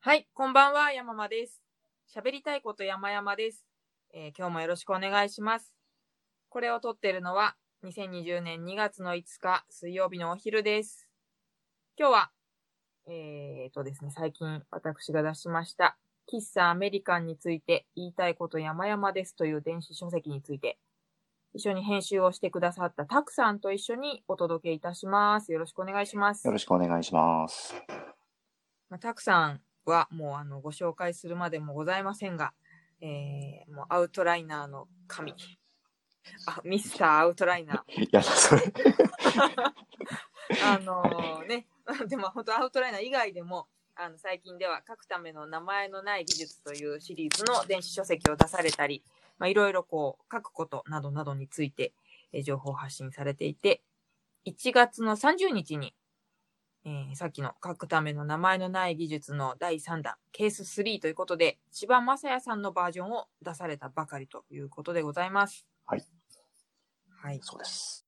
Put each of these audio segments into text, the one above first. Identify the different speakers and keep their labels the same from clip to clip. Speaker 1: はい、こんばんは、山間です。喋りたいこと山々です、えー今日もよろしくお願いします。これを撮ってるのは、2020年2月の5日、水曜日のお昼です。今日は、えーとですね、最近私が出しました、喫茶アメリカンについて言いたいこと山々ですという電子書籍について、一緒に編集をしてくださったたくさんと一緒にお届けいたします。よろしくお願いします
Speaker 2: よ。ろしくお願いします。
Speaker 1: まあ、たくさんはもうあのご紹介するまでもございませんが、えー、もうアウトライナーの神。あ、ミスターアウトライナ
Speaker 2: いや、それ。
Speaker 1: ー。あのーね、 でも本当アウトライナー以外でも、あの最近では書くための名前のない技術というシリーズの電子書籍を出されたり、まあ、いろいろこう書くことなどなどについて、えー情報発信されていて、1月の30日に、えーさっきの書くための名前のない技術の第3弾、ケース3ということで、千葉雅也さんのバージョンを出されたばかりということでございます。
Speaker 2: はい。
Speaker 1: はい。
Speaker 2: そうです。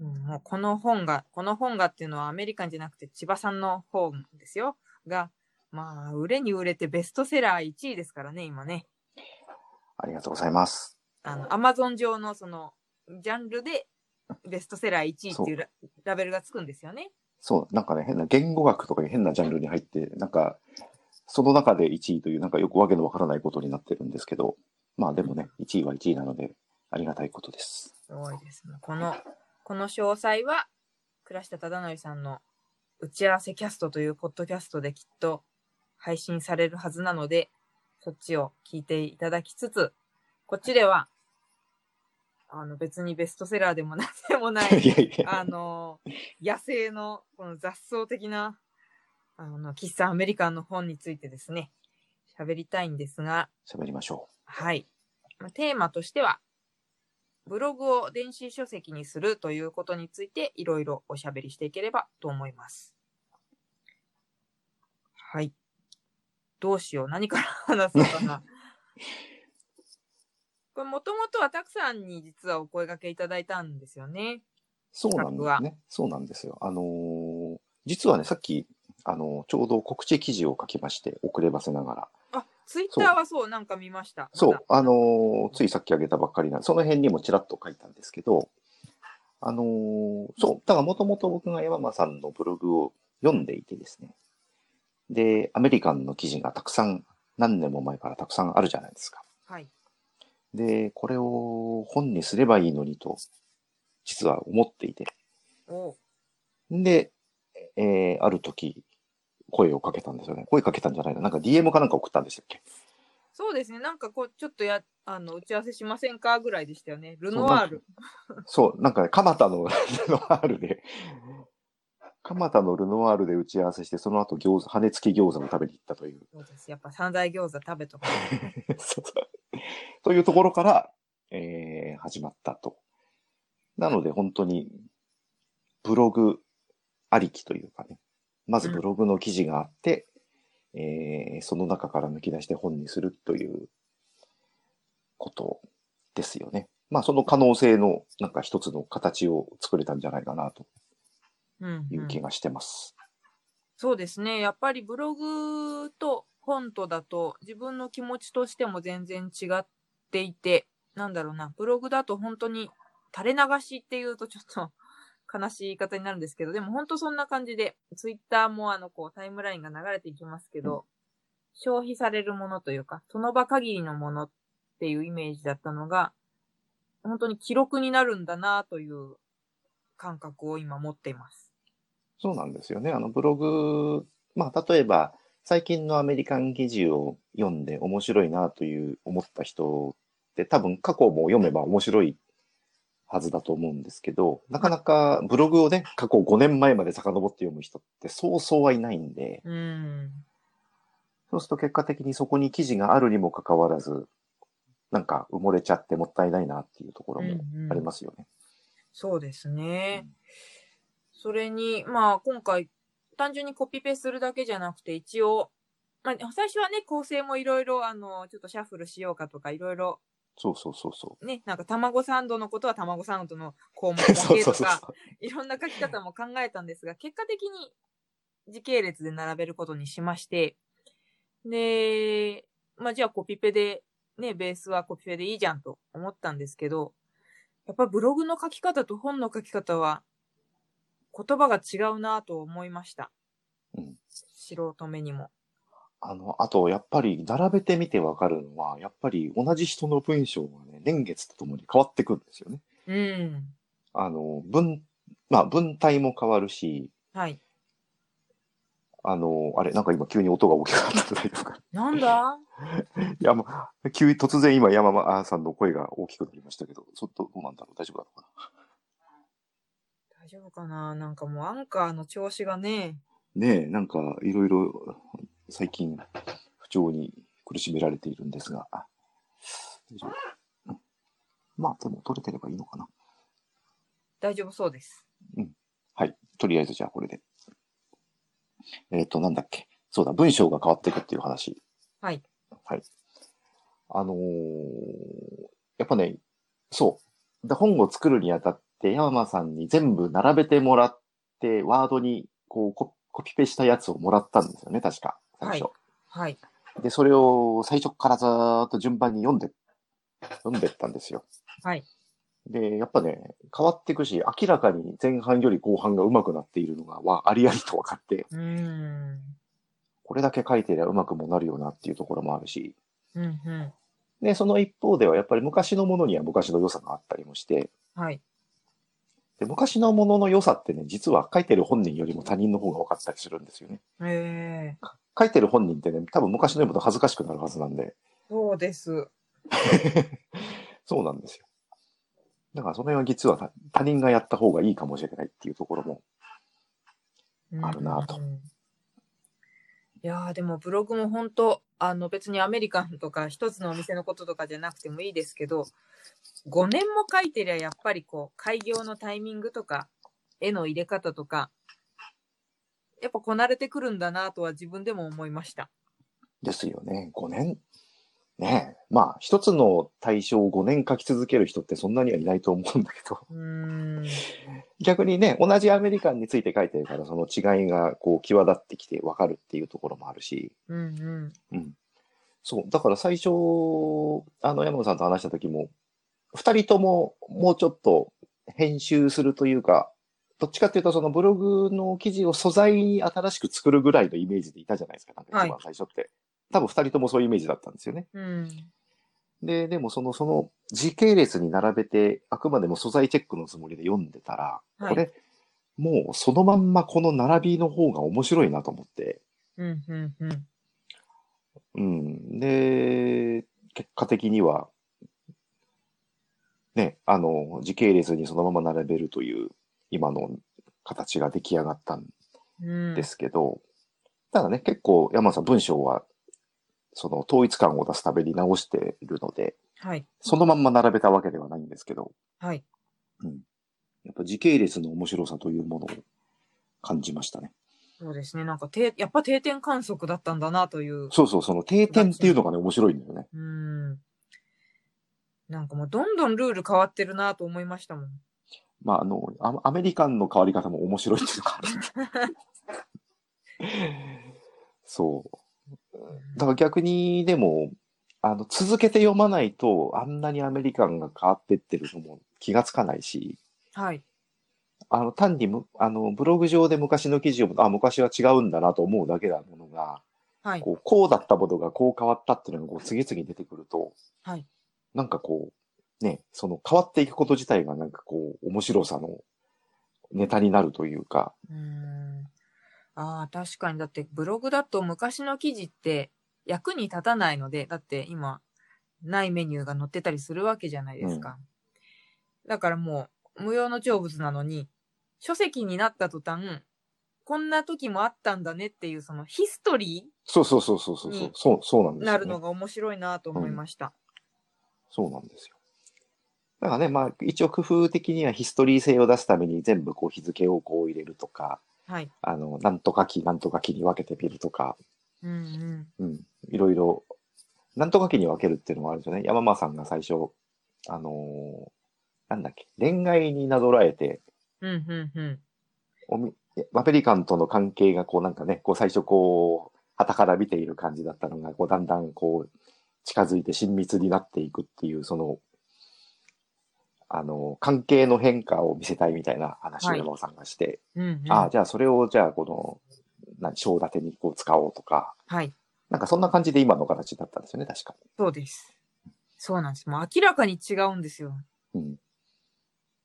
Speaker 1: うんもうこの本が、この本がっていうのはアメリカンじゃなくて千葉さんの本ですよ。が、まあ、売れに売れてベストセラー1位ですからね、今ね。
Speaker 2: ありがとうございます。
Speaker 1: あの、アマゾン上のその、ジャンルでベストセラー1位っていうララベルがつくんですよね。
Speaker 2: そう、なんかね、変な言語学とかいう変なジャンルに入って、なんか、その中で1位という、なんかよくわけのわからないことになってるんですけど、まあでもね、1位は1位なので、ありがたいことです。
Speaker 1: すごいですね。この、この詳細は、倉下忠則さんの打ち合わせキャストというポッドキャストできっと配信されるはずなので、そっちを聞いていただきつつ、こっちでは、あの別にベストセラーでも何でもない、
Speaker 2: いやいや、
Speaker 1: あの、野生のこの雑草的な、あの、喫茶アメリカンの本についてですね、喋りたいんですが、
Speaker 2: 喋りましょ
Speaker 1: はい。まあテーマとしては、ブログを電子書籍にするということについていろいろおしゃべりしていければと思います。はい。どうしよう。何から話そうかな。 これもともとはたくさんに実はお声掛けいただいたんですよね。
Speaker 2: う。そうなんですね。そうなんですよ。あのー実はね、さっき、あのーちょうど告知記事を書きまして、遅ればせながら。
Speaker 1: あ、ツイッターはそう、なんか見ました。
Speaker 2: そ
Speaker 1: ま
Speaker 2: う、あのーついさっきあげたばっかりな、その辺にもちらっと書いたんですけど、あのーそう、だからもともと僕が山間さんのブログを読んでいてですね、で、アメリカンの記事がたくさん、何年も前からたくさんあるじゃないですか。
Speaker 1: だ。はい。
Speaker 2: で、これを本にすればいいのにと、実は思っていて。
Speaker 1: おう
Speaker 2: で、えーある時、声をかけたんですよね。声かけたんじゃないのなんか DM かなんか送ったんですよっけ
Speaker 1: そうですね。なんかこう、ちょっとや、あの、打ち合わせしませんかぐらいでしたよね。ルノワール。
Speaker 2: そう、なんかね、蒲田のルノワールで、蒲田のルノワールで打ち合わせして、その後餃子、羽根付き餃子を食べに行ったという。
Speaker 1: そうです。やっぱ三大餃子食べとか。
Speaker 2: そうそうというところから、えー始まったと。なので、本当に、ブログありきというかね。まずブログの記事があって、えーその中から抜き出して本にするということですよね。まあ、その可能性の、なんか一つの形を作れたんじゃないかなと
Speaker 1: うん、
Speaker 2: いう気がしてます。
Speaker 1: そうですね。やっぱりブログと本とだと自分の気持ちとしても全然違っていて、なんだろうな、ブログだと本当に垂れ流しっていうとちょっと 悲しい言い方になるんですけど、でも本当そんな感じで、ツイッターもあのこうタイムラインが流れていきますけど、消費されるものというか、その場限りのものっていうイメージだったのが、本当に記録になるんだなという感覚を今持っています。
Speaker 2: そうなんですよね。あのブログ、まあ、例えば、最近のアメリカン記事を読んで面白いなという思った人って多分過去も読めば面白いはずだと思うんですけど、なかなかブログをね、過去5年前まで遡って読む人ってそうそうはいないんで、
Speaker 1: うん。
Speaker 2: そうすると結果的にそこに記事があるにもかかわらず、なんか埋もれちゃってもったいないなっていうところも
Speaker 1: うんうん
Speaker 2: ありますよね。
Speaker 1: そうですね。
Speaker 2: うん
Speaker 1: それに、まあ今回、単純にコピペするだけじゃなくて、一応、まあ最初はね、構成もいろいろ、あの、ちょっとシャッフルしようかとか、いろいろ
Speaker 2: そうそうそうそ
Speaker 1: ね、なんか卵サンドのことは卵サンドの項目だ
Speaker 2: う。 そう
Speaker 1: けと
Speaker 2: そうそう
Speaker 1: か、
Speaker 2: そう。
Speaker 1: いろんな書き方も考えたんですが、結果的に時系列で並べることにしまして、で、まあじゃあコピペで、ね、ベースはコピペでいいじゃんと思ったんですけど、やっぱブログの書き方と本の書き方は言葉が違うなと思いました。
Speaker 2: うん
Speaker 1: 素人目にも。
Speaker 2: あの、あと、やっぱり、並べてみてわかるのは、やっぱり同じ人の文章がね、年月とともに変わってくるんですよね。
Speaker 1: うん。
Speaker 2: あの、文、まあ、文体も変わるし、
Speaker 1: はい。
Speaker 2: あの、あれ、なんか今急に音が大きくなったじゃないですか。
Speaker 1: なんだ
Speaker 2: いや、まあ、急に突然今山間さんの声が大きくなりましたけど、ちょっとどうなんだろう大丈夫だろうか
Speaker 1: 大丈夫かななんかもうアンカーの調子がね。
Speaker 2: な。ねえ、なんかいろいろ最近不調に苦しめられているんですが、あ大丈夫うんまあでも取れてればいいのかな。
Speaker 1: 大丈夫そうです。
Speaker 2: とりあえずじゃあこれで。えっ、と、なんだっけ。そうだ、文章が変わっていくっていう話。
Speaker 1: はい。
Speaker 2: はい。あのーやっぱね、そう。で本を作るにあたって、山間さんに全部並べてもらって、ワードにこうココピペしたやつをもらったんですよね、確か。最初。
Speaker 1: はい。
Speaker 2: で、それを最初からずーっと順番に読んで、読んでったんですよ。
Speaker 1: はい。
Speaker 2: で、やっぱね、変わっていくし、明らかに前半より後半が上手くなっているのが、わありありと分かって、
Speaker 1: うーん。
Speaker 2: これだけ書いてりゃ上手くもなるよなっていうところもあるし、
Speaker 1: うんう
Speaker 2: で、その一方ではやっぱり昔のものには昔の良さがあったりもして、
Speaker 1: ん。はい。
Speaker 2: で昔のものの良さってね、実は書いてる本人よりも他人の方が分かったりするんですよね。
Speaker 1: ええ
Speaker 2: 書いてる本人ってね、多分昔の読むと恥ずかしくなるはずなんで、
Speaker 1: そうです。
Speaker 2: そうなんですよ。だからその辺は実は他他人がやった方がいいかもしれないっていうところも、あるなぁと
Speaker 1: うんうんいやーでもブログも本当あの別にアメリカンとか一つのお店のこととかじゃなくてもいいですけど5年も書いてりゃやっぱりこう開業のタイミングとか絵の入れ方とかやっぱこなれてくるんだなとは自分でも思いました
Speaker 2: ですよね。5年。ねえ。まあ、一つの対象を5年書き続ける人ってそんなにはいないと思うんだけど。
Speaker 1: う ーん
Speaker 2: 逆にね、同じアメリカンについて書いてるから、その違いがこう際立ってきて分かるっていうところもあるし、
Speaker 1: うんうん
Speaker 2: うん。そう、だから最初、あの、山野さんと話した時も、二人とももうちょっと編集するというか、どっちかっていうと、そのブログの記事を素材に新しく作るぐらいのイメージでいたじゃないですか、なんか一番最初って。多分二人ともそういうイメージだったんですよね。
Speaker 1: うん
Speaker 2: で、でもその、その時系列に並べて、あくまでも素材チェックのつもりで読んでたら、
Speaker 1: はい
Speaker 2: これ、もうそのまんまこの並びの方が面白いなと思って、
Speaker 1: うんうんうん
Speaker 2: うん。で、結果的には、ね、あの、時系列にそのまま並べるという、今の形が出来上がったん
Speaker 1: うん
Speaker 2: ですけど、ただね、結構山田さん文章は、その統一感を出すために直しているので、
Speaker 1: はい
Speaker 2: そのまんま並べたわけではないんですけど、
Speaker 1: はい
Speaker 2: やっぱ時系列の面白さというものを感じましたね。
Speaker 1: そうですねなんか定やっぱ定点観測だったんだなという
Speaker 2: そうそう、その定点っていうのがね、面白いんだよね。
Speaker 1: うんなんかもうどんどんルール変わってるなと思いましたもん。
Speaker 2: まあ、あの、アアメリカンの変わり方も面白いっていうのがある。そう。だから逆に、でも、あの、続けて読まないと、あんなにアメリカンが変わってってるのも気がつかないし、
Speaker 1: はい。
Speaker 2: あの、単にむ、あの、ブログ上で昔の記事を、あ、昔は違うんだなと思うだけだものが、
Speaker 1: はい。
Speaker 2: こう、こうだったことがこう変わったっていうのがこう次々出てくると、
Speaker 1: はい。
Speaker 2: なんかこう、ね、その変わっていくこと自体がなんかこう、面白さのネタになるというか、
Speaker 1: うーん。ああ、確かに。だってブログだと昔の記事って役に立たないので、だって今、ないメニューが載ってたりするわけじゃないですか。だからもう、無用の長物なのに、書籍になった途端、こんな時もあったんだねっていう、そのヒストリ
Speaker 2: そうそうそうそうそうそう、
Speaker 1: に
Speaker 2: そう、そうなん
Speaker 1: ー
Speaker 2: ですよ、
Speaker 1: な
Speaker 2: ね。
Speaker 1: るのが面白いなと思いました。
Speaker 2: そうなんですよ。だからね、まあ、一応工夫的にはヒストリー性を出すために全部こう日付をこう入れるとか、
Speaker 1: はい。
Speaker 2: あの、なんとか期、なんとか期に分けてみるとか、
Speaker 1: うんうん。
Speaker 2: うん、いろいろ、なんとか期に分けるっていうのもあるんですよね。山間さんが最初、あのーなんだっけ、恋愛になぞらえて、
Speaker 1: うんうんうん。
Speaker 2: おみ、マペリカンとの関係がこうなんかね、こう最初こう、旗から見ている感じだったのが、こう、だんだんこう、近づいて親密になっていくっていう、その、あの、関係の変化を見せたいみたいな話を
Speaker 1: はい
Speaker 2: 山尾さんがして、
Speaker 1: うんうん、
Speaker 2: ああ、じゃあそれを、じゃあこの、何、章立てにこう使おうとか、
Speaker 1: はい。
Speaker 2: なんかそんな感じで今の形だったんですよね、確か
Speaker 1: そうです。そうなんです。もう明らかに違うんですよ。
Speaker 2: に。うん。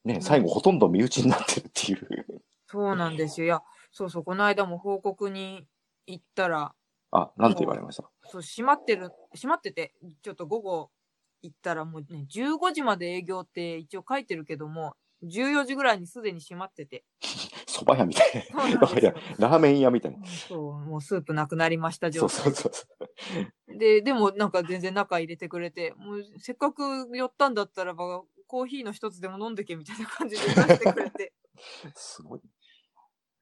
Speaker 2: ね、最後ほとんど身内になってるっていう。
Speaker 1: そうなんですよ。いや、そうそう、この間も報告に行ったら、
Speaker 2: あ、なんて言われました
Speaker 1: そう、閉まってる、閉まってて、ちょっと午後行ったらもうね、15時まで営業って一応書いてるけども、14時ぐらいにすでに閉まって て。
Speaker 2: 蕎麦屋みたい
Speaker 1: そうなんで
Speaker 2: な。
Speaker 1: す
Speaker 2: いや
Speaker 1: よ。、
Speaker 2: ラーメン屋みたいな。
Speaker 1: そう、もうスープなくなりました
Speaker 2: そ
Speaker 1: 状
Speaker 2: うそうそうそう。
Speaker 1: 態。で、でもなんか全然中入れてくれて、もうせっかく寄ったんだったらば、コーヒーの一つでも飲んでけみたいな感じで出してくれて。
Speaker 2: すごい。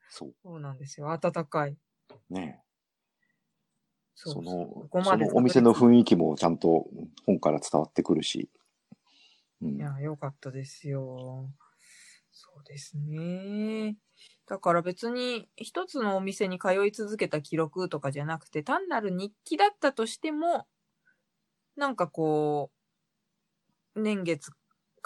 Speaker 2: そう
Speaker 1: そうなんですよ。温かい。
Speaker 2: ね。
Speaker 1: そう
Speaker 2: その、
Speaker 1: こま
Speaker 2: そ
Speaker 1: で
Speaker 2: のお店の雰囲気もちゃんと本から伝わってくるし。う
Speaker 1: い
Speaker 2: ん。
Speaker 1: や、よかったですよ。そうですね。だから別に一つのお店に通い続けた記録とかじゃなくて、単なる日記だったとしても、なんかこう、年月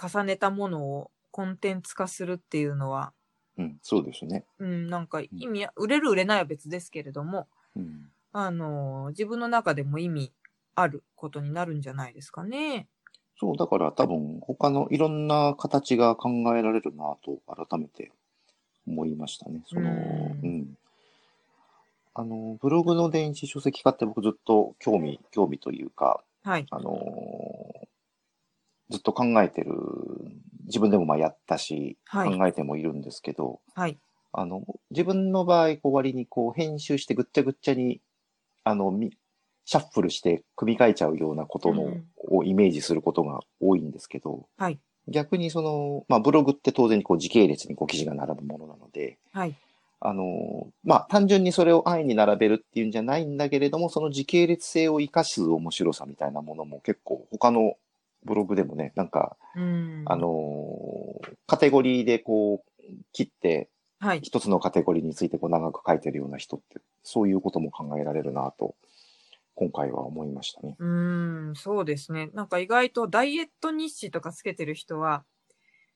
Speaker 1: 重ねたものをコンテンツ化するっていうのは、
Speaker 2: うん、そうですね。
Speaker 1: うん、なんか意味や、売れる売れないは別ですけれども、
Speaker 2: うん。
Speaker 1: あの、自分の中でも意味あることになるんじゃないですかね。
Speaker 2: そう、だから多分他のいろんな形が考えられるなと改めて思いましたね。その、
Speaker 1: う
Speaker 2: うんん、あの、ブログの電子書籍化って僕ずっと興味、興味というか、
Speaker 1: はい。
Speaker 2: あのずっと考えてる、自分でもまあやったし、
Speaker 1: はい
Speaker 2: 考えてもいるんですけど、
Speaker 1: はい。
Speaker 2: あの、自分の場合、こう割にこう編集してぐっちゃぐっちゃに、あの、みシャッフルして組み替えちゃうようなことの、
Speaker 1: うん
Speaker 2: をイメージすることが多いんですけど、
Speaker 1: はい。
Speaker 2: 逆にその、まあブログって当然こう時系列にこう記事が並ぶものなので、
Speaker 1: はい。
Speaker 2: あの、まあ単純にそれを愛に並べるっていうんじゃないんだけれども、その時系列性を生かす面白さみたいなものも結構他のブログでもね、なんか、
Speaker 1: うん。
Speaker 2: あ、のカテゴリーでこう切って、
Speaker 1: はい。
Speaker 2: 一つのカテゴリーについてこう長く書いてるような人って、そういうことも考えられるなと、今回は思いましたね。
Speaker 1: うーん、そうですね。なんか意外とダイエット日誌とかつけてる人は、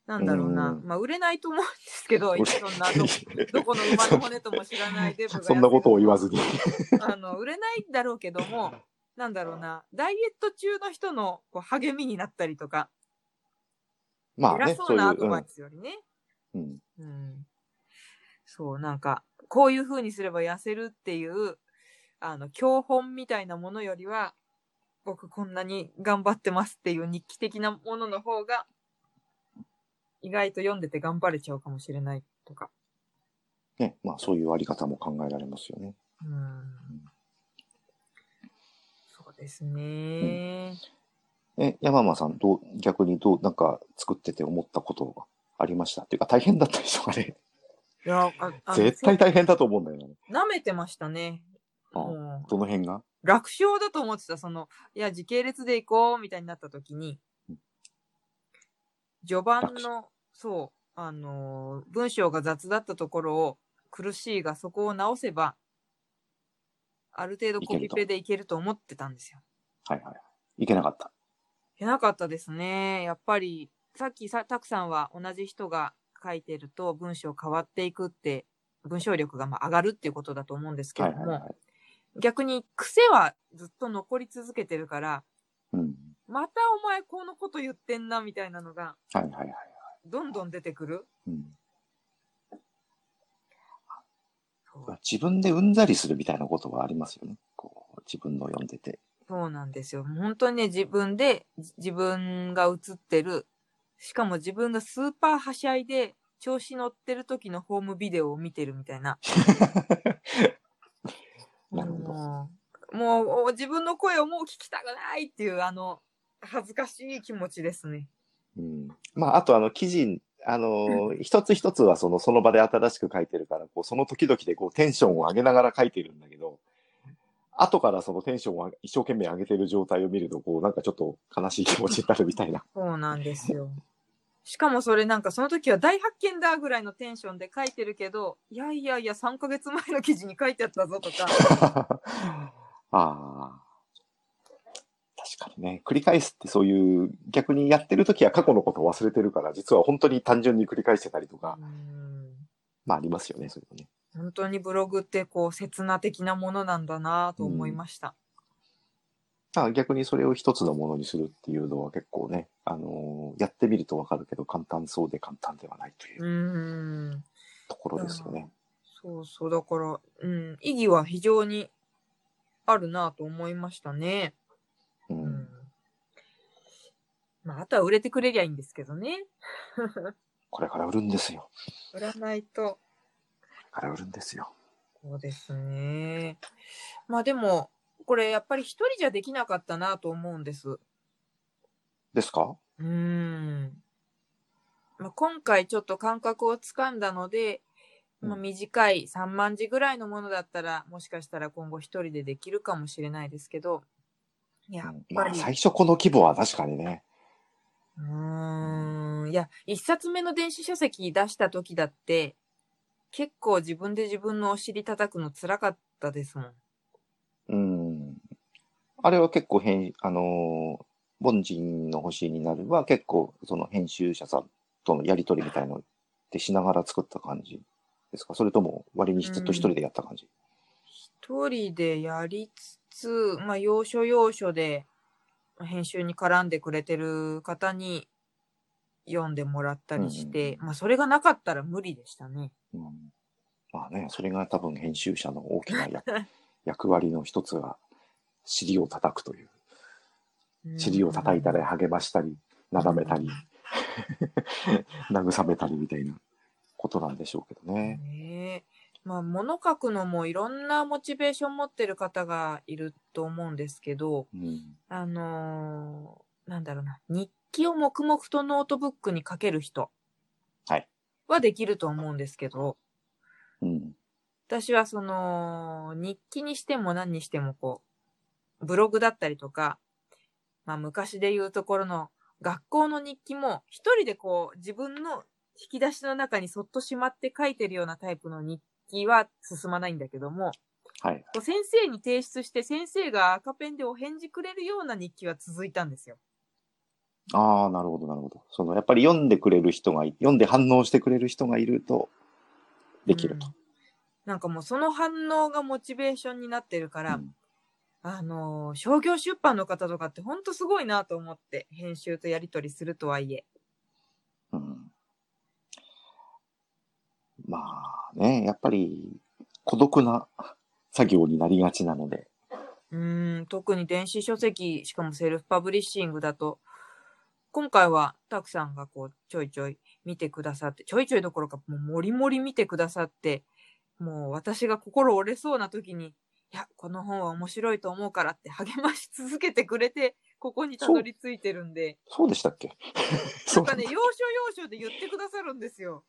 Speaker 1: なんだろうな。
Speaker 2: うん
Speaker 1: まあ、売れないと思うんですけ ど、
Speaker 2: 売れ
Speaker 1: そんなど、どこの馬の骨とも知らないデブがやってる。
Speaker 2: そんなことを言わずに。
Speaker 1: あの、売れないんだろうけども、なんだろうな。ダイエット中の人のこう励みになったりとか、
Speaker 2: まあ
Speaker 1: 偉
Speaker 2: ね、
Speaker 1: そ
Speaker 2: そううい
Speaker 1: なア
Speaker 2: う
Speaker 1: ドバイ
Speaker 2: う、
Speaker 1: スよりね。
Speaker 2: うん
Speaker 1: う
Speaker 2: うん、
Speaker 1: ん。そう、なんか、こういう風にすれば痩せるっていう、あの、教本みたいなものよりは、僕こんなに頑張ってますっていう日記的なものの方が、意外と読んでて頑張れちゃうかもしれないとか。
Speaker 2: ね、まあそういうあり方も考えられますよね。
Speaker 1: うん。そうですね。
Speaker 2: え、山間さん、どう、逆にどう、なんか作ってて思ったことがありましたっていうか、大変だったでしょうかね。
Speaker 1: いや、ああの
Speaker 2: 絶対大変だと思うんだよね。
Speaker 1: 舐めてましたね。
Speaker 2: あ
Speaker 1: もう
Speaker 2: どの辺が
Speaker 1: 楽勝だと思ってた、その、いや、時系列で行こう、みたいになった時に
Speaker 2: うん、
Speaker 1: 序盤
Speaker 2: 楽
Speaker 1: の、そう、あのー文章が雑だったところを、苦しいがそこを直せば、ある程度コピペでいけると思ってたんですよ。
Speaker 2: はいはい。いけなかった。
Speaker 1: いけなかったですね。やっぱり、さっきさ、たくさんは同じ人が書いてると文章変わっていくって、文章力がまあ上がるっていうことだと思うんですけ
Speaker 2: は
Speaker 1: れ
Speaker 2: い
Speaker 1: ど
Speaker 2: はい
Speaker 1: も、
Speaker 2: はい。
Speaker 1: 逆に癖はずっと残り続けてるから、
Speaker 2: うん。
Speaker 1: またお前このこと言ってんなみたいなのが
Speaker 2: はいはいはい。
Speaker 1: どんどん出てくる。
Speaker 2: うん
Speaker 1: そう
Speaker 2: 自分でうんざりするみたいなことはありますよね。こう自分の読んでて。
Speaker 1: そうなんですよ。本当にね、自分で、じ自分が映ってる。しかも自分がスーパーはしゃいで調子乗ってる時のホームビデオを見てるみたいな。
Speaker 2: なるほど
Speaker 1: もう、もうお自分の声をもう聞きたくないっていうあの、恥ずかしい気持ちですね。
Speaker 2: うん、まあ、あとあの記事、あのー一つ一つはそのその場で新しく書いてるから、こうその時々でこうテンションを上げながら書いてるんだけど、後からそのテンションを一生懸命上げてる状態を見ると、こうなんかちょっと悲しい気持ちになるみたいな。
Speaker 1: そうなんですよ。しかもそれなんかその時は大発見だぐらいのテンションで書いてるけど、いやいやいや、3ヶ月前の記事に書いてあったぞとか、
Speaker 2: ああ。確かにね、繰り返すってそういう、逆にやってる時は過去のことを忘れてるから、実は本当に単純に繰り返してたりとか、
Speaker 1: うん
Speaker 2: まあありますよね、そういうのね。
Speaker 1: 本当にブログってこう、刹那的なものなんだなと思いました。。
Speaker 2: だから逆にそれを一つのものにするっていうのは結構ね、あのーやってみるとわかるけど、簡単そうで簡単ではないといううんところですよね。
Speaker 1: そうそう、だから、うん、意義は非常にあるなと思いましたね。
Speaker 2: うん
Speaker 1: う。ん。まあ、あとは売れてくれりゃいいんですけどね。
Speaker 2: これから売るんですよ。
Speaker 1: 売らないと。
Speaker 2: これから売るんですよ。
Speaker 1: そうですね。まあでも、これやっぱり一人じゃできなかったなと思うんです。
Speaker 2: ですか
Speaker 1: うん。まあ、今回ちょっと感覚をつかんだので、まあ、
Speaker 2: うん
Speaker 1: 短い3万字ぐらいのものだったら、もしかしたら今後一人でできるかもしれないですけど、やっ
Speaker 2: ま
Speaker 1: ぱ
Speaker 2: あ
Speaker 1: り。
Speaker 2: 最初この規模は確かにね。
Speaker 1: うーんいや、一冊目の電子書籍出した時だって、結構自分で自分のお尻叩くの辛かったですもん。
Speaker 2: うん。あれは結構編、あのー凡人の星になるは結構その編集者さんとのやりとりみたいのってしながら作った感じですかそれとも割にずっと一人でやった感じ、
Speaker 1: 一人でやりつつ、まあ、要所要所で編集に絡んでくれてる方に読んでもらったりして、
Speaker 2: う
Speaker 1: まあ、それがなかったら無理でしたね。
Speaker 2: うんまあね、それが多分編集者の大 きな役役割の一つが尻を叩くという。尻を叩いたり励ましたり、なだめたり、 慰めたりみたいなことなんでしょうけどね。
Speaker 1: ねえまあ、物書くのもいろんなモチベーション持ってる方がいると思うんですけど、
Speaker 2: うん。
Speaker 1: あのーなんだろうな、日記を黙々とノートブックに書ける人
Speaker 2: はい
Speaker 1: はできると思うんですけど、
Speaker 2: うん。
Speaker 1: 私はその、日記にしても何にしてもこう、ブログだったりとか、まあ昔で言うところの学校の日記も一人でこう自分の引き出しの中にそっとしまって書いてるようなタイプの日記は進まないんだけども、
Speaker 2: はい。
Speaker 1: こう先生に提出して先生が赤ペンでお返事くれるような日記は続いたんですよ。
Speaker 2: ああ、なるほど、なるほど。その、やっぱり読んでくれる人がい、読んで反応してくれる人がいると、できると
Speaker 1: うん。なんかもうその反応がモチベーションになってるか
Speaker 2: う
Speaker 1: ら、
Speaker 2: ん
Speaker 1: あのー商業出版の方とかってほんとすごいなと思って、編集とやり取りするとはいえ。
Speaker 2: うんまあね、やっぱり、孤独な作業になりがちなので、
Speaker 1: うーん、特に電子書籍、しかもセルフパブリッシングだと、今回はたくさんがこう、ちょいちょい見てくださって、ちょいちょいどころか、もうもりもり見てくださって、もう私が心折れそうな時に、いや、この本は面白いと思うからって励まし続けてくれて、ここにたどり着いてるんで。
Speaker 2: そうでしたっけ
Speaker 1: な
Speaker 2: そ
Speaker 1: ん
Speaker 2: うな
Speaker 1: か
Speaker 2: んだ
Speaker 1: ね、要所要所で言ってくださるんですよ。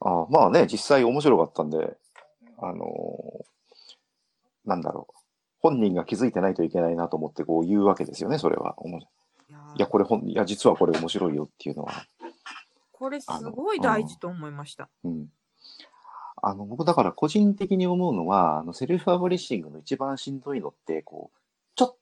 Speaker 2: ああまあね、実際面白かったんで、あのーなんだろう。本人が気づいてないといけないなと思ってこう言うわけですよね、それは。おもい
Speaker 1: いやー
Speaker 2: や、これ本、いや、実はこれ面白いよっていうのは。
Speaker 1: これすごい大事と思いました。
Speaker 2: うん。あの、僕だから個人的に思うのは、あの、セルフパブリッシングの一番しんどいのって、こう、ちょっ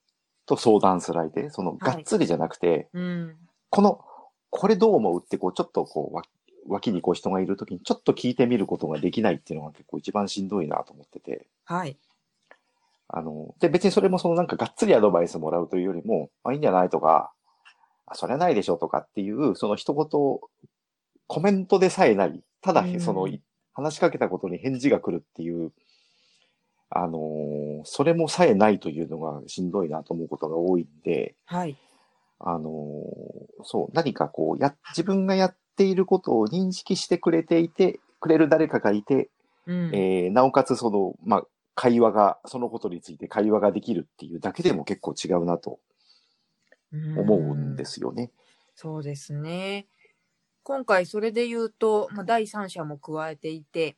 Speaker 2: と相談する相手、その、がっつりじゃなくて、
Speaker 1: うん。
Speaker 2: この、これどう思うって、こう、ちょっとこう、わ脇にこう人がいるときに、ちょっと聞いてみることができないっていうのが結構一番しんどいなと思ってて。
Speaker 1: はい。
Speaker 2: あの、で、別にそれもそのなんかがっつりアドバイスもらうというよりも、あ、いいんじゃないとか、あ、それはないでしょとかっていう、その一言、コメントでさえない。ただ
Speaker 1: う、ん
Speaker 2: その、い話しかけたことに返事が来るっていう、あのーそれもさえないというのがしんどいなと思うことが多いんで、
Speaker 1: はい。
Speaker 2: あのーそう、何かこう、や、自分がやっていることを認識してくれていて、くれる誰かがいて、
Speaker 1: うん。
Speaker 2: えーなおかつその、まあ、会話が、そのことについて会話ができるっていうだけでも結構違うなと思うんですよね。
Speaker 1: そうですね。今回それで言うと、まあ、第三者も加えていて、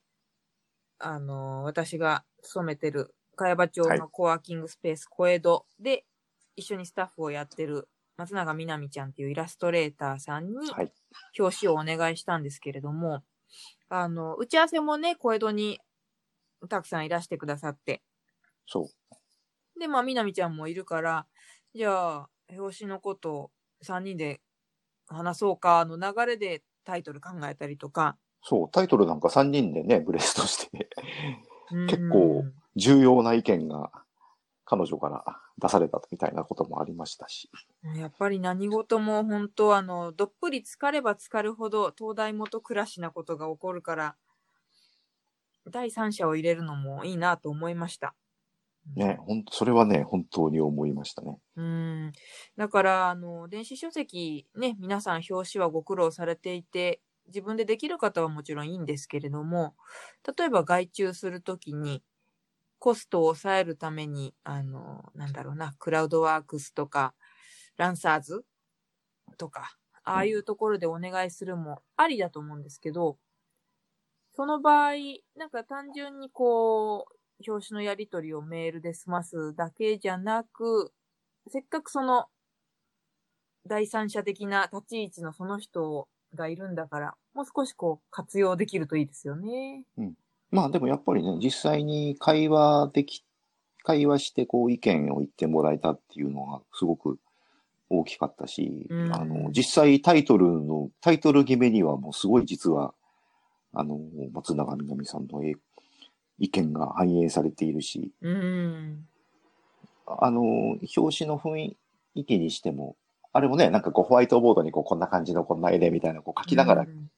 Speaker 1: あのー私が勤めてる、茅場町
Speaker 2: はい
Speaker 1: のコワーキングスペース小江戸で、一緒にスタッフをやってる松永みなみちゃんっていうイラストレーターさんに
Speaker 2: はい。
Speaker 1: 表紙をお願いしたんですけれども、あの、打ち合わせもね、小江戸にたくさんいらしてくださって、
Speaker 2: そう。
Speaker 1: で、まあ、みなみちゃんもいるから、じゃあ、表紙のことを3人で話そうかの流れでタイトル考えたりとか。
Speaker 2: そう。タイトルなんか3人でね、ブレストして、
Speaker 1: うん
Speaker 2: 結構重要な意見が彼女から出されたみたいなこともありましたし。
Speaker 1: やっぱり何事も本当あの、どっぷり浸かれば浸かるほど、東大元暮らしなことが起こるから、第三者を入れるのもいいなと思いました。
Speaker 2: ね、ほんと、それはね、本当に思いましたね。
Speaker 1: うん。だから、あの、電子書籍ね、皆さん表紙はご苦労されていて、自分でできる方はもちろんいいんですけれども、例えば外注するときに、コストを抑えるために、あの、なんだろうな、クラウドワークスとか、ランサーズとか、ああいうところでお願いするもありだと思うんですけど、その場合、なんか単純にこう、表紙のやり取りをメールで済ますだけじゃなく、せっかくその、第三者的な立ち位置のその人がいるんだから、もう少しこう活用できるといいですよね。
Speaker 2: まあでもやっぱりね、実際に会話でき、会話してこう意見を言ってもらえたっていうのがすごく大きかったし、
Speaker 1: うん
Speaker 2: あの、実際タイトルの、タイトル決めにはもうすごい実は、あの、松永みなみさんのえ意見が反映されているし、
Speaker 1: うん。
Speaker 2: あの、表紙の雰囲気にしても、あれもね、なんかこうホワイトボードにこうこんな感じのこんな絵でみたいなこう書きながら
Speaker 1: うん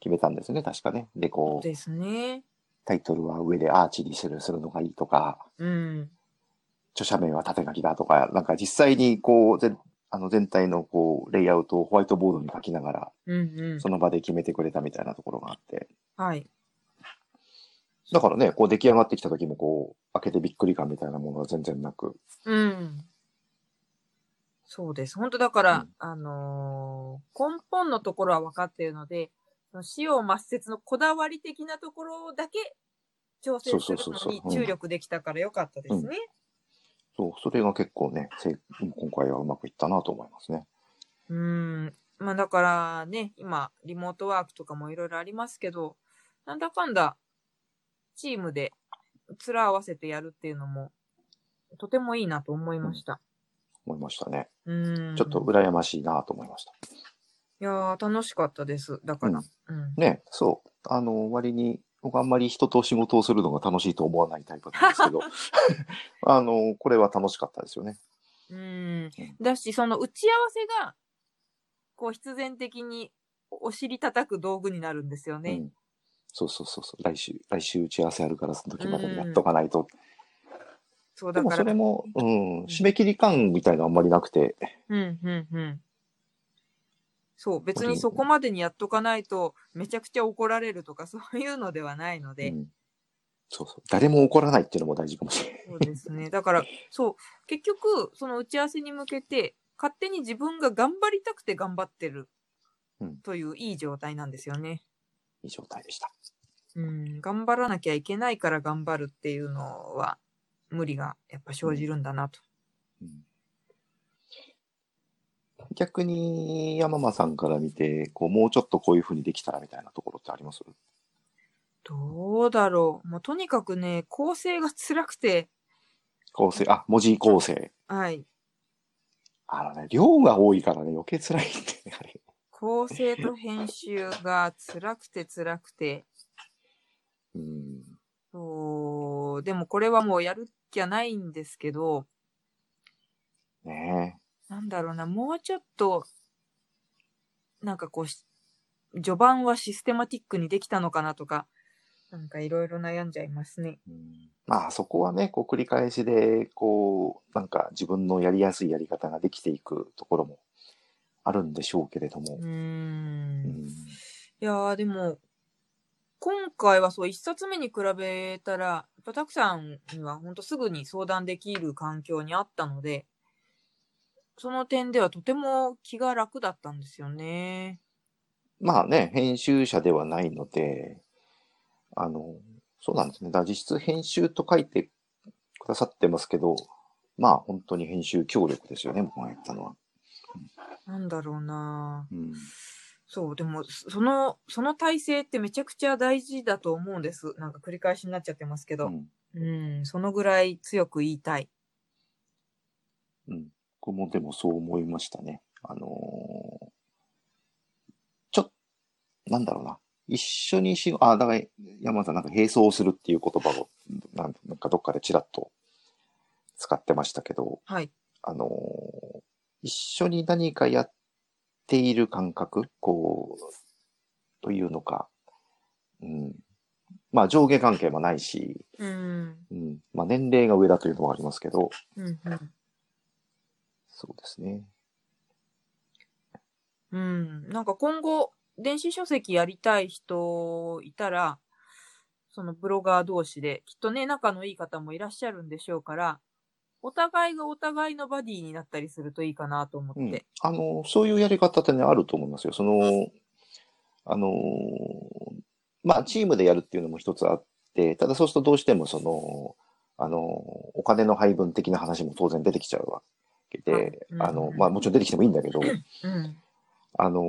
Speaker 2: 決めたんですよね、確かね。で、こう、
Speaker 1: ですね。
Speaker 2: タイトルは上でアーチにするするのがいいとか、
Speaker 1: うん。
Speaker 2: 著者名は縦書きだとか、なんか実際にこう、全あの全体のこう、レイアウトをホワイトボードに書きながら、
Speaker 1: うんうん
Speaker 2: その場で決めてくれたみたいなところがあって。。
Speaker 1: はい。
Speaker 2: だからね、こう出来上がってきた時もこう、開けてびっくり感みたいなものは全然なく。
Speaker 1: うん。そうです。本当だから、
Speaker 2: うん
Speaker 1: あのー根本のところは分かっているので、その使用抹殺のこだわり的なところだけ調整する
Speaker 2: そうそう
Speaker 1: の
Speaker 2: そう
Speaker 1: に
Speaker 2: そううん
Speaker 1: 注力できたから良かったですね。
Speaker 2: そう、それが結構ね、せい今回はうまくいったなと思いますね。
Speaker 1: うーん。まあだからね、今、リモートワークとかもいろいろありますけど、なんだかんだ、チームで、面合わせてやるっていうのも、とてもいいなと思いました。
Speaker 2: 思いましたね。
Speaker 1: うーん。
Speaker 2: ちょっと
Speaker 1: い
Speaker 2: 羨ましいなと思いました。
Speaker 1: やー、楽しかったです。だから。うん。
Speaker 2: ね、そう。あの、割に、僕あんまり人と仕事をするのが楽しいと思わないタイプなんで すけど、あの、これは楽しかったですよね。
Speaker 1: うん。だし、その打ち合わせが、こう、必然的に、お尻叩く道具になるんですよ
Speaker 2: う
Speaker 1: ね。
Speaker 2: ん、そうそうそうそう来週来週打ち合わせあるからその時までにやっとかないと、
Speaker 1: そう、
Speaker 2: で
Speaker 1: だ
Speaker 2: も
Speaker 1: か
Speaker 2: そ
Speaker 1: ら
Speaker 2: れ。も、うん、締め切り感みたいなのあんまりなくて
Speaker 1: うん、うん、うん。そう、別にそこまでにやっとかないと、めちゃくちゃ怒られるとか、 そういうのではないの
Speaker 2: う
Speaker 1: で。
Speaker 2: ん、そうそう誰も怒らないっていうのも大事かもしれない
Speaker 1: そうですね。だから、そう、結局、その打ち合わせに向けて、勝手に自分が頑張りたくて頑張ってる
Speaker 2: うん
Speaker 1: といういい状態なんですよね。
Speaker 2: いい状態でした
Speaker 1: うん、頑張らなきゃいけないから頑張るっていうのは、無理がやっぱ生じるんだなと。
Speaker 2: 逆に山間さんから見てこうもうちょっとこういうふうにできたらみたいなところってあります
Speaker 1: どうだろう。もうとにかくね、構成が辛くて、
Speaker 2: 構成あ文字構成
Speaker 1: はい。
Speaker 2: あのね量が多いからね余計辛いんであれ
Speaker 1: 構成と編集が辛くて辛くて、
Speaker 2: うん
Speaker 1: そう、でもこれはもうやるっきゃないんですけど、
Speaker 2: ね
Speaker 1: なんだろうな、もうちょっと、なんかこうし、序盤はシステマティックにできたのかなとか、なんかいろいろ悩んじゃいますね。
Speaker 2: え、うんまあそこはねこう繰り返しでこうなんか自分のやりやすいやり方ができていくところもあるんでしょうけれども
Speaker 1: うー、。
Speaker 2: うんん
Speaker 1: いやーでも、今回はそう、一冊目に比べたら、やっぱたくさんには本当すぐに相談できる環境にあったので、その点ではとても気が楽だったんですよね。
Speaker 2: まあね編集者ではないのであのそうなんですねだから実質編集と書いてくださってますけどまあ本当に編集協力ですよね、僕がやったのは。
Speaker 1: なんだろうな
Speaker 2: うん、
Speaker 1: そう、でも、その、その体制ってめちゃくちゃ大事だと思うんです。なんか繰り返しになっちゃってますけ
Speaker 2: う
Speaker 1: ど。
Speaker 2: ん
Speaker 1: うん、そのぐらい強く言いたい。
Speaker 2: うん、僕もでもそう思いましたね。あのーちょっ、なんだろうな。一緒にし、あ、だから山田さんなんか並走するっていう言葉を、なんなんかどっかでちらっと使ってましたけど、
Speaker 1: はい。
Speaker 2: あのー一緒に何かやっている感覚、こう、というのか、うん。まあ上下関係もないし、
Speaker 1: うん。
Speaker 2: うん。まあ年齢が上だというのもありますけど、
Speaker 1: うん、うん。
Speaker 2: そうですね。
Speaker 1: うん、なんか今後、電子書籍やりたい人いたら、そのブロガー同士で、きっとね、仲のいい方もいらっしゃるんでしょうから、お互いがお互いのバディになったりするといいかなと思って。
Speaker 2: うん、あのそういうやり方ってねあると思いますよ。そのあのまあチームでやるっていうのも一つあってただそうするとどうしてもそのあのお金の配分的な話も当然出てきちゃうわけで、
Speaker 1: うん
Speaker 2: あのまあ、もちろん出てきてもいいん だけど
Speaker 1: うん。
Speaker 2: あの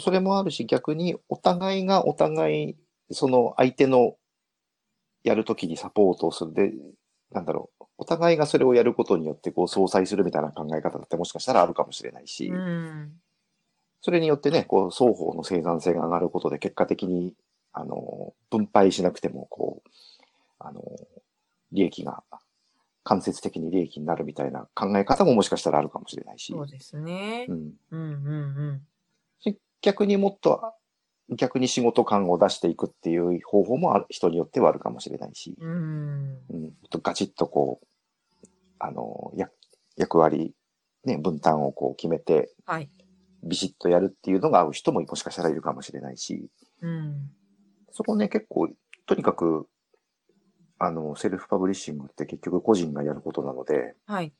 Speaker 2: それもあるし逆にお互いがお互いその相手のやるときにサポートをするでなんだろうお互いがそれをやることによってこう相殺するみたいな考え方だってもしかしたらあるかもしれないし。
Speaker 1: うん。
Speaker 2: それによってね、こう、双方の生産性が上がることで、結果的に、あの、分配しなくても、こう、あの、利益が、間接的に利益になるみたいな考え方ももしかしたらあるかもしれないし、
Speaker 1: そうですね
Speaker 2: う。ん、
Speaker 1: うんうん
Speaker 2: 逆にもっと、逆に仕事感を出していくっていう方法もある人によってはあるかもしれないし、
Speaker 1: うん。うん。
Speaker 2: うん、ガチッとこう、あの、役役割、ね、分担をこう決めて、
Speaker 1: はい。
Speaker 2: ビシッとやるっていうのが合う人ももしかしたらいるかもしれないし、
Speaker 1: うん。
Speaker 2: そこね、結構、とにかく、あの、セルフパブリッシングって結局個人がやることなので、
Speaker 1: はい。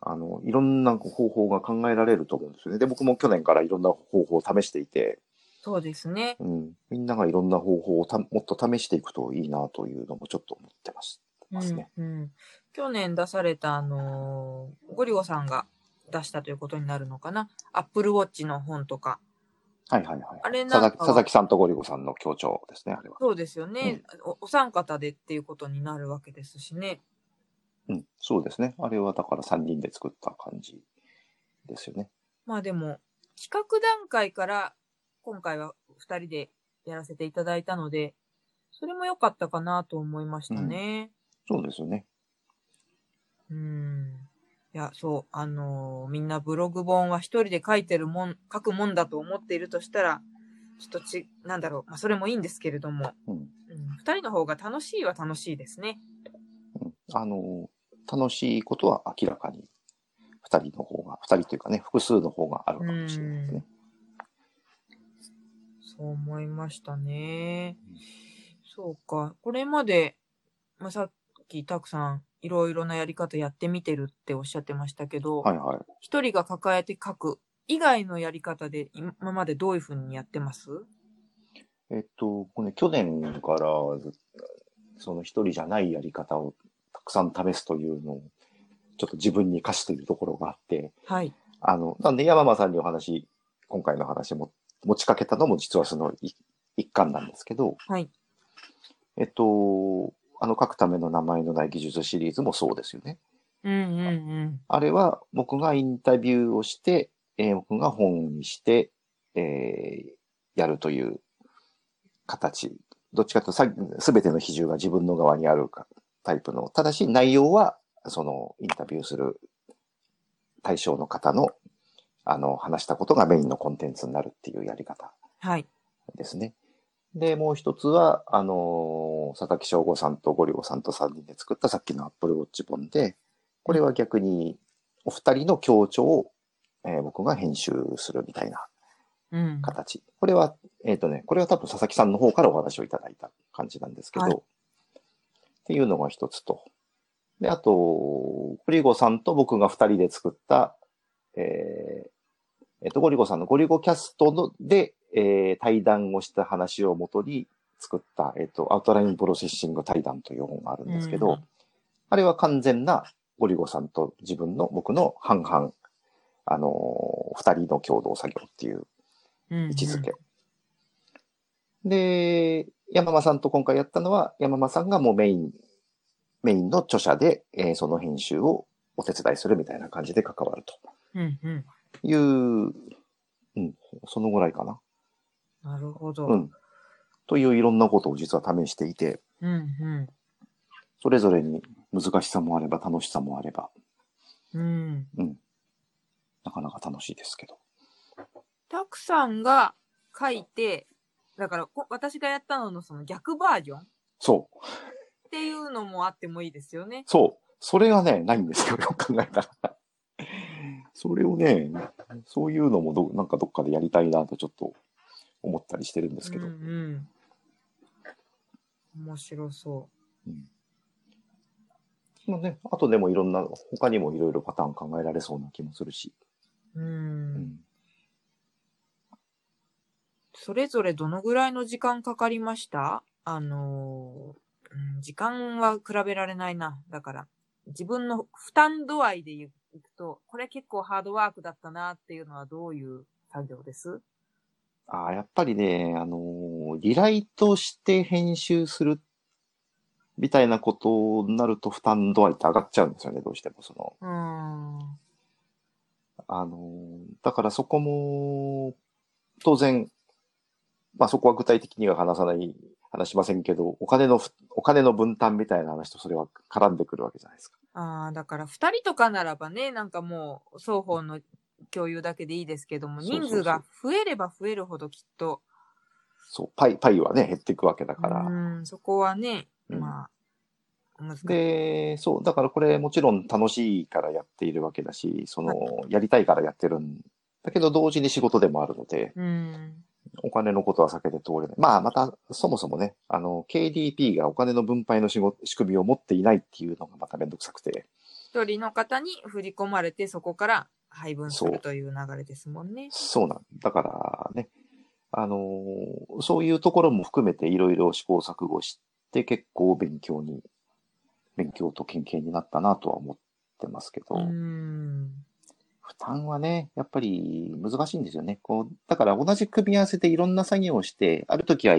Speaker 2: あの、いろんな方法が考えられると思うんですよね。で、僕も去年からいろんな方法を試していて、
Speaker 1: そうですね。
Speaker 2: うん、みんながいろんな方法をたもっと試していくといいなというのもちょっと思ってます。ますね
Speaker 1: うんうん、去年出された、あのーゴリゴさんが出したということになるのかな。アップルウォッチの本とか。
Speaker 2: はいはいはい。
Speaker 1: あれ
Speaker 2: 佐
Speaker 1: なん
Speaker 2: 々
Speaker 1: か
Speaker 2: 木
Speaker 1: は
Speaker 2: 佐々木さんとゴリゴさんの協調ですね、あれは。
Speaker 1: そうですよね、お。お三方でっていうことになるわけですしね。
Speaker 2: うん、そうですね。あれはだから3人で作った感じですよね。
Speaker 1: まあでも、企画段階から今回は二人でやらせていただいたので、それも良かったかなと思いましたね。
Speaker 2: そうですよね。
Speaker 1: うん。いや、そう、あのーみんなブログ本は一人で書いてるもん、書くもんだと思っているとしたら、ちょっとち、なんだろう、まあそれもいいんですけれども、
Speaker 2: うん。
Speaker 1: うん、二人の方が楽しいは楽しいですね。
Speaker 2: うんあの、楽しいことは明らかに、二人の方が、二人というかね、複数の方があるかもしれないですね。
Speaker 1: そう思いましたね。そうか。これまで、まあ、さっきたくさんいろいろなやり方やってみてるっておっしゃってましたけど
Speaker 2: は、いはい。
Speaker 1: 一、人が抱えて書く以外のやり方で今までどういうふうにやってます
Speaker 2: えっと、これね、去年からず、その一人じゃないやり方をたくさん試すというのを、ちょっと自分に課しているところがあって、
Speaker 1: はい。
Speaker 2: あの、なんで山間さんにお話、今回の話も持ちかけたのも実はその一一環なんですけど、
Speaker 1: はい。
Speaker 2: えっと、あの、書くための名前のない技術シリーズもそうですよね。
Speaker 1: うんうんうん。
Speaker 2: あれは僕がインタビューをして、えー僕が本にして、えーやるという形。どっちかというと、すべての比重が自分の側にあるかタイプの。ただし内容は、そのインタビューする対象の方の、あの、話したことがメインのコンテンツになるっていうやり方
Speaker 1: はい。
Speaker 2: ですね。で、もう一つは、あのー佐々木翔吾さんとゴリゴさんと3人で作ったさっきの Apple Watch 本で、これは逆にお二人の協調を、えー僕が編集するみたいな
Speaker 1: うん。
Speaker 2: 形。これは、えっ、とね、これは多分佐々木さんの方からお話をいただいた感じなんですけど、
Speaker 1: はい
Speaker 2: っていうのが一つと。で、あと、ゴリゴさんと僕が二人で作った、えーえっと、ゴリゴさんのゴリゴキャストので、えー対談をした話をもとに作った、えっと、アウトラインプロセッシング対談という本があるんですけ
Speaker 1: う
Speaker 2: ど、
Speaker 1: ん
Speaker 2: あれは完全なゴリゴさんと自分の、僕の半々、あのー二人の共同作業っていう
Speaker 1: うんうん
Speaker 2: 位置づけ。で、山間さんと今回やったのは、山間さんがもうメイン、メインの著者で、えーその編集をお手伝いするみたいな感じで関わると
Speaker 1: うんうん。
Speaker 2: いう、うん、そのぐらいかな。
Speaker 1: なるほど。
Speaker 2: う
Speaker 1: うん
Speaker 2: ん。といういろんなことを実は試していて、
Speaker 1: う
Speaker 2: それぞれに難しさもあれば楽しさもあれば、
Speaker 1: ん。うん。
Speaker 2: なかなか楽しいですけど。
Speaker 1: たくさんが書いて、だからこ私がやったののその逆バージョンっ
Speaker 2: そう、
Speaker 1: ていうのもあってもいいですよね。
Speaker 2: そう、それがね、ないんですよ、よく考えたら。それをね、そういうのもど、なんかどっかでやりたいなとちょっと思ったりしてるんですけど。
Speaker 1: うんうん。面白そ
Speaker 2: まあね、あとでもいろんな、他にもいろいろパターン考えられそうな気もするし。
Speaker 1: う。う。
Speaker 2: うんん。
Speaker 1: それぞれどのぐらいの時間かかりましたあのーうん、時間は比べられないな。だから、自分の負担度合いで言ういくと、これ結構ハードワークだったなっていうのはどういう作業です
Speaker 2: ああ、やっぱりね、あのー、リライトして編集するみたいなことになると負担度合いって上がっちゃうんですよね、どうしても。そ
Speaker 1: うー
Speaker 2: の、
Speaker 1: ん。うん
Speaker 2: あのー、だからそこも、当然、まあそこは具体的には話さない、話しませんけど、お金のふ、お金の分担みたいな話とそれは絡んでくるわけじゃないですか。
Speaker 1: ああ、だから二人とかならばね、なんかもう双方の共有だけでいいですけども、
Speaker 2: そうそうそう
Speaker 1: 人数が増えれば増えるほどきっと、
Speaker 2: そう、パイ、パイはね、減っていくわけだから。
Speaker 1: うん、そこはね、
Speaker 2: うん
Speaker 1: まあ、難しい。
Speaker 2: で、そう、だからこれもちろん楽しいからやっているわけだし、その、やりたいからやってるんだけど、同時に仕事でもあるので、
Speaker 1: うん。
Speaker 2: お金のことは避けて通れない。まあ、また、そもそもね、あの、KDP がお金の分配の仕事仕組みを持っていないっていうのがまためんどくさくて、
Speaker 1: 一人の方に振り込まれて、そこから配分す
Speaker 2: そ
Speaker 1: る
Speaker 2: う
Speaker 1: という流れですもんね。
Speaker 2: そうなんだからね、あのーそういうところも含めていろいろ試行錯誤して、結構勉強に、勉強と研究になったなとは思ってますけど、
Speaker 1: うーん。
Speaker 2: 負担はね、やっぱり難しいんですよね。こう、だから同じ組み合わせでいろんな作業をして、ある時は、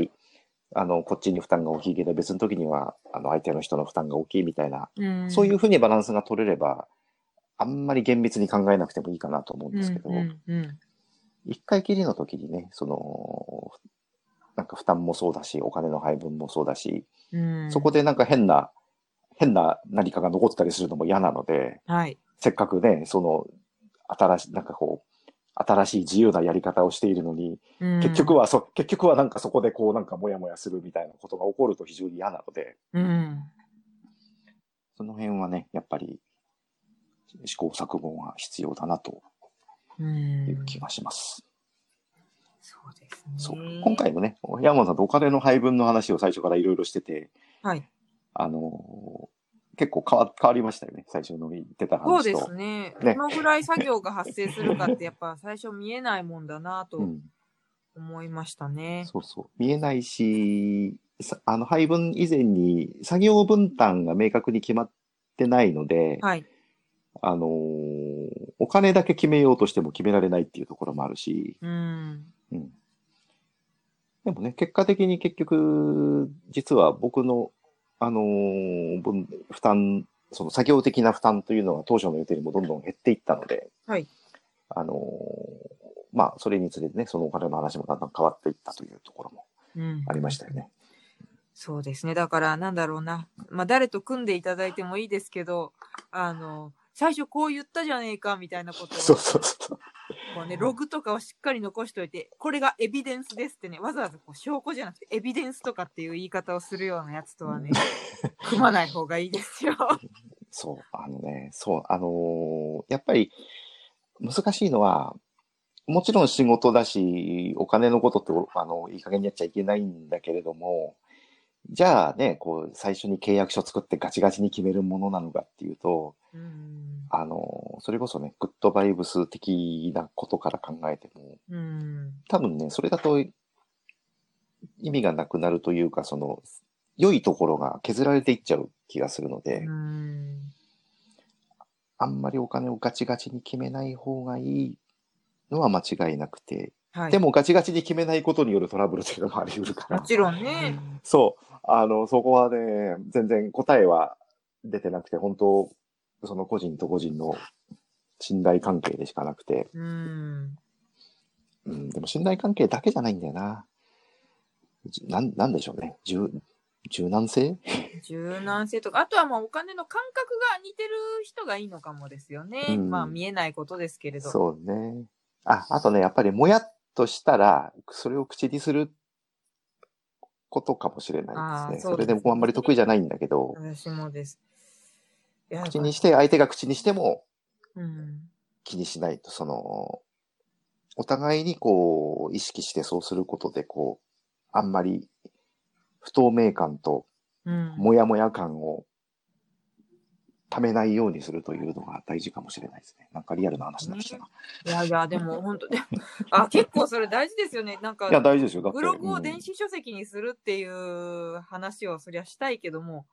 Speaker 2: あの、こっちに負担が大きいけど、別の時には、あの、相手の人の負担が大きいみたいな、
Speaker 1: うん
Speaker 2: そういうふうにバランスが取れれば、あんまり厳密に考えなくてもいいかなと思うんですけど、
Speaker 1: うんうんうん
Speaker 2: 一回きりの時にね、その、なんか負担もそうだし、お金の配分もそうだし、
Speaker 1: うん
Speaker 2: そこでなんか変な、変な何かが残ってたりするのも嫌なので、
Speaker 1: はい。
Speaker 2: せっかくね、その、新しい、なんかこう、新しい自由なやり方をしているのに、
Speaker 1: 結
Speaker 2: 結局、はそ、結局はなんかそこでこうなんかモヤモヤするみたいなことが起こると非常に嫌なので、
Speaker 1: うん。
Speaker 2: その辺はね、やっぱり試行錯誤が必要だなと
Speaker 1: うん
Speaker 2: いう気がします。
Speaker 1: そうですね。
Speaker 2: そう。今回もね、山本さんとお金の配分の話を最初からいろいろしてて、
Speaker 1: はい。
Speaker 2: あのー結構変わ変わりましたよね、最初の言ってた
Speaker 1: そう
Speaker 2: 話
Speaker 1: で
Speaker 2: と。
Speaker 1: すね。
Speaker 2: ね
Speaker 1: どのぐらい作業が発生するかって、やっぱ最初見えないもんだな
Speaker 2: う
Speaker 1: と
Speaker 2: ん。
Speaker 1: 思いましたね。
Speaker 2: そうそう。見えないし、さあの配分以前に作業分担が明確に決まってないので、
Speaker 1: はい。
Speaker 2: あのーお金だけ決めようとしても決められないっていうところもあるし、
Speaker 1: うん。
Speaker 2: うん。でもね、結果的に結局、実は僕の、あのー分負担、その作業的な負担というのは当初の予定よりもどんどん減っていったので、
Speaker 1: はい。
Speaker 2: あのーまあ、それにつれてね、そのお金の話もだんだん変わっていったというところも
Speaker 1: うん。
Speaker 2: ありましたよね。
Speaker 1: そうですね。だから、なんだろうな。まあ、誰と組んでいただいてもいいですけど、あの、最初こう言ったじゃねえか、みたいなこと
Speaker 2: そう
Speaker 1: を、
Speaker 2: そうそう。
Speaker 1: こうね、ログとかをしっかり残しておいて、これがエビデンスですってね、わざわざこう証拠じゃなくて、エビデンスとかっていう言い方をするようなやつとはね、組まない方がいいです よ。
Speaker 2: そう、あのね、そう、あのーやっぱり難しいのは、もちろん仕事だし、お金のことって、おあの、いい加減にやっちゃいけないんだけれども、じゃあね、こう、最初に契約書作ってガチガチに決めるものなのかっていうと、
Speaker 1: うん。
Speaker 2: あのーそれこそね、グッドバイブス的なことから考えても、
Speaker 1: うん。
Speaker 2: 多分ね、それだと意味がなくなるというか、その、良いところが削られていっちゃう気がするので、
Speaker 1: うん。
Speaker 2: あんまりお金をガチガチに決めない方がいいのは間違いなくて、
Speaker 1: はい。
Speaker 2: でもガチガチに決めないことによるトラブルというのもあり得るか
Speaker 1: も
Speaker 2: ら、
Speaker 1: ちろんね。
Speaker 2: そう、あの、そこはね、全然答えは出てなくて、本当その個人と個人の信頼関係でしかなくて、
Speaker 1: うん。
Speaker 2: うん、でも信頼関係だけじゃないんだよな。じなん、なんでしょうね。柔、柔軟性
Speaker 1: 柔軟性とか、あとはまあお金の感覚が似てる人がいいのかもですよね。
Speaker 2: うん
Speaker 1: まあ見えないことですけれど。う。
Speaker 2: そうね。あ、あとね、やっぱりもやっとしたら、それを口にすることかもしれないですね。
Speaker 1: あーそ
Speaker 2: そう
Speaker 1: ですね
Speaker 2: れで僕あんまり得意じゃないんだけど、
Speaker 1: 私もです。いや
Speaker 2: 口にして、相手が口にしても
Speaker 1: うん。
Speaker 2: 気にしないと、その、お互いにこう、意識してそうすることで、こう、あんまり不透明感と
Speaker 1: うん。
Speaker 2: もやもや感をためないようにするというのが大事かもしれないですね。なんかリアルな話になってきたな。
Speaker 1: いやいや、でも本当でも あ、結構それ大事ですよね。なんか
Speaker 2: い、や、大事ですよ。だって。
Speaker 1: ブログを
Speaker 2: うん
Speaker 1: 電子書籍にするっていう話をそりゃしたいけども、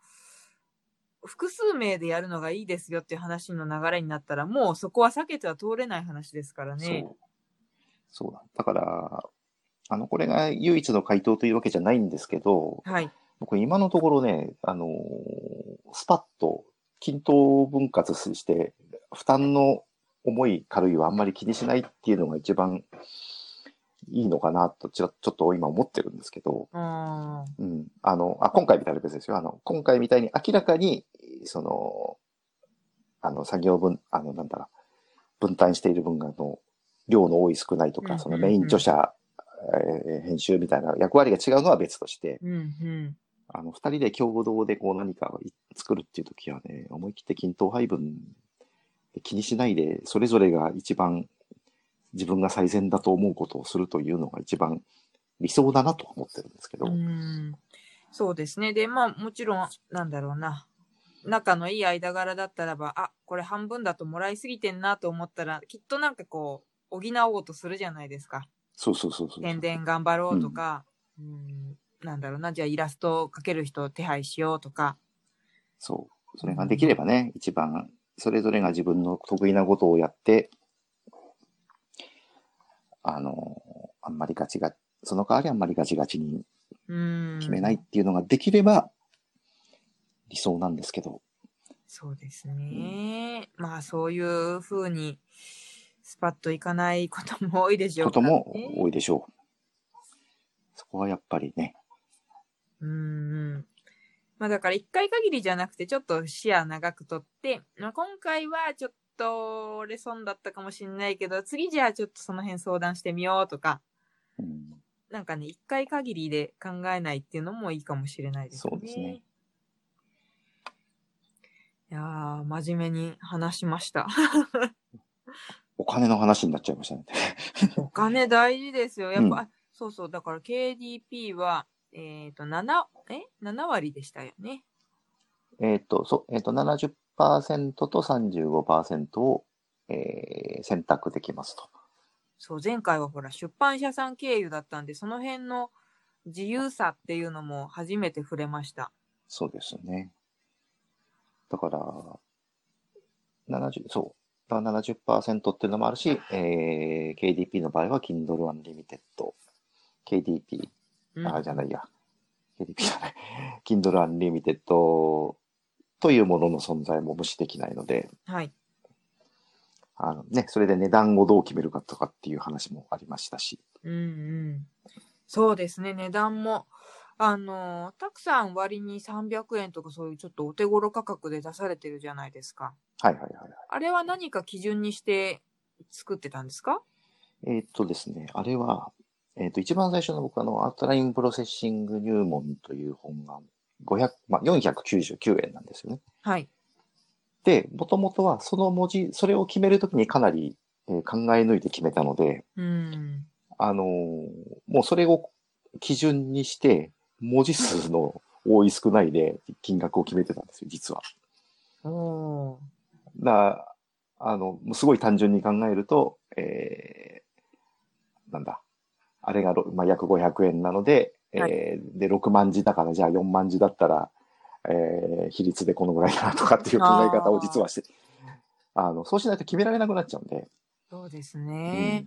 Speaker 1: 複数名でやるのがいいですよっていう話の流れになったら、もうそこは避けては通れない話ですからね
Speaker 2: そ。う。そうだ。だから、あの、これが唯一の回答というわけじゃないんですけど、
Speaker 1: はい。
Speaker 2: 僕今のところね、あのースパッと均等分割して、負担の重い軽いはあんまり気にしないっていうのが一番いいのかなと、ちらちょっと今思ってるんですけど、
Speaker 1: うん。
Speaker 2: うん。あの、あ、今回みたいな別ですよ。あの、今回みたいに明らかに、その、あの、作業分、あの、なんだろう、分担している分が、の、量の多い少ないと
Speaker 1: うんうんう
Speaker 2: か、
Speaker 1: ん
Speaker 2: そのメイン著者、えー編集みたいな役割が違うのは別として、
Speaker 1: うんうん。
Speaker 2: あの、二人で共同でこう何かを作るっていう時はね、思い切って均等配分で気にしないで、それぞれが一番自分が最善だと思うことをするというのが一番理想だなとは思ってるんですけど、
Speaker 1: うんそうですね。で、まあ、もちろん、なんだろうな。仲のいい間柄だったらば、あ、これ半分だともらいすぎてんなと思ったら、きっとなんかこう、補おうとするじゃないですか。
Speaker 2: そうそうそうそう。
Speaker 1: 宣伝頑張ろうとか、うん、なんだろうな。じゃあイラストを描ける人を手配しようとか。
Speaker 2: そう。それができればね、一番、それぞれが自分の得意なことをやって、あの、あんまりガチが、その代わりあんまりガチガチに
Speaker 1: うん。
Speaker 2: 決めないっ。ていうのができれば、理想なんですけど、
Speaker 1: そうですね。まあ、そういうふうに、スパッといかないことも多いでしょうか
Speaker 2: こと
Speaker 1: らね、
Speaker 2: も多いでしょう。そこはやっぱりね、
Speaker 1: うんうん。まあだから一回限りじゃなくて、ちょっと視野長くとって、まあ、今回はちょっと俺損だったかもしんないけど、次じゃあちょっとその辺相談してみようとか、
Speaker 2: うん、
Speaker 1: なんかね、一回限りで考えないっていうのもいいかもしれないですね。
Speaker 2: そうですね。
Speaker 1: いやー、真面目に話しま した。
Speaker 2: お金の話になっちゃいましたね。
Speaker 1: お金大事ですよ。やっぱ、
Speaker 2: うん
Speaker 1: あそうそう、だから KDP は、えっ、と、7、え ?7 割でしたよね。
Speaker 2: えっと、そう、えっ、と、70%と35%を、えー選択できますと。
Speaker 1: そう、前回はほら、出版社さん経由だったんで、その辺の自由さっていうのも初めて触れました。
Speaker 2: そうですね。だから、70、そう。だから70%っていうのもあるし、えー、KDP の場合は Kindle Unlimited。KDP、
Speaker 1: うん、
Speaker 2: あ、じゃないや。KDP じゃない。Kindle Unlimited というものの存在も無視できないので、
Speaker 1: はい。
Speaker 2: あのね、それで値段をどう決めるかとかっていう話もありましたし。
Speaker 1: うんうん。そうですね、値段も。あのー、たくさん割に300円とかそういうちょっとお手頃価格で出されてるじゃないですか。
Speaker 2: はいはいはいはい。
Speaker 1: あれは何か基準にして作ってたんですか
Speaker 2: えーっとですね、あれは、えーっと、一番最初の僕あの、アウトラインプロセッシング入門という本が、500、まあ、499円なんですよね。
Speaker 1: はい。
Speaker 2: で、もともとはその文字、それを決めるときにかなり、えー考え抜いて決めたので、
Speaker 1: うん。
Speaker 2: あのーもうそれを基準にして、文字数の多い少ないで金額を決めてたんですよ、実は。
Speaker 1: おー。
Speaker 2: な、あの、すごい単純に考えると、えー、なんだ。あれがろ、まあ、約500円なので、
Speaker 1: はい
Speaker 2: えー、で、6万字だから、じゃあ4万字だったら、えー、比率でこのぐらいかなとかっていう考え方を実はして、あの、そうしないと決められなくなっちゃうんで。
Speaker 1: そうですね。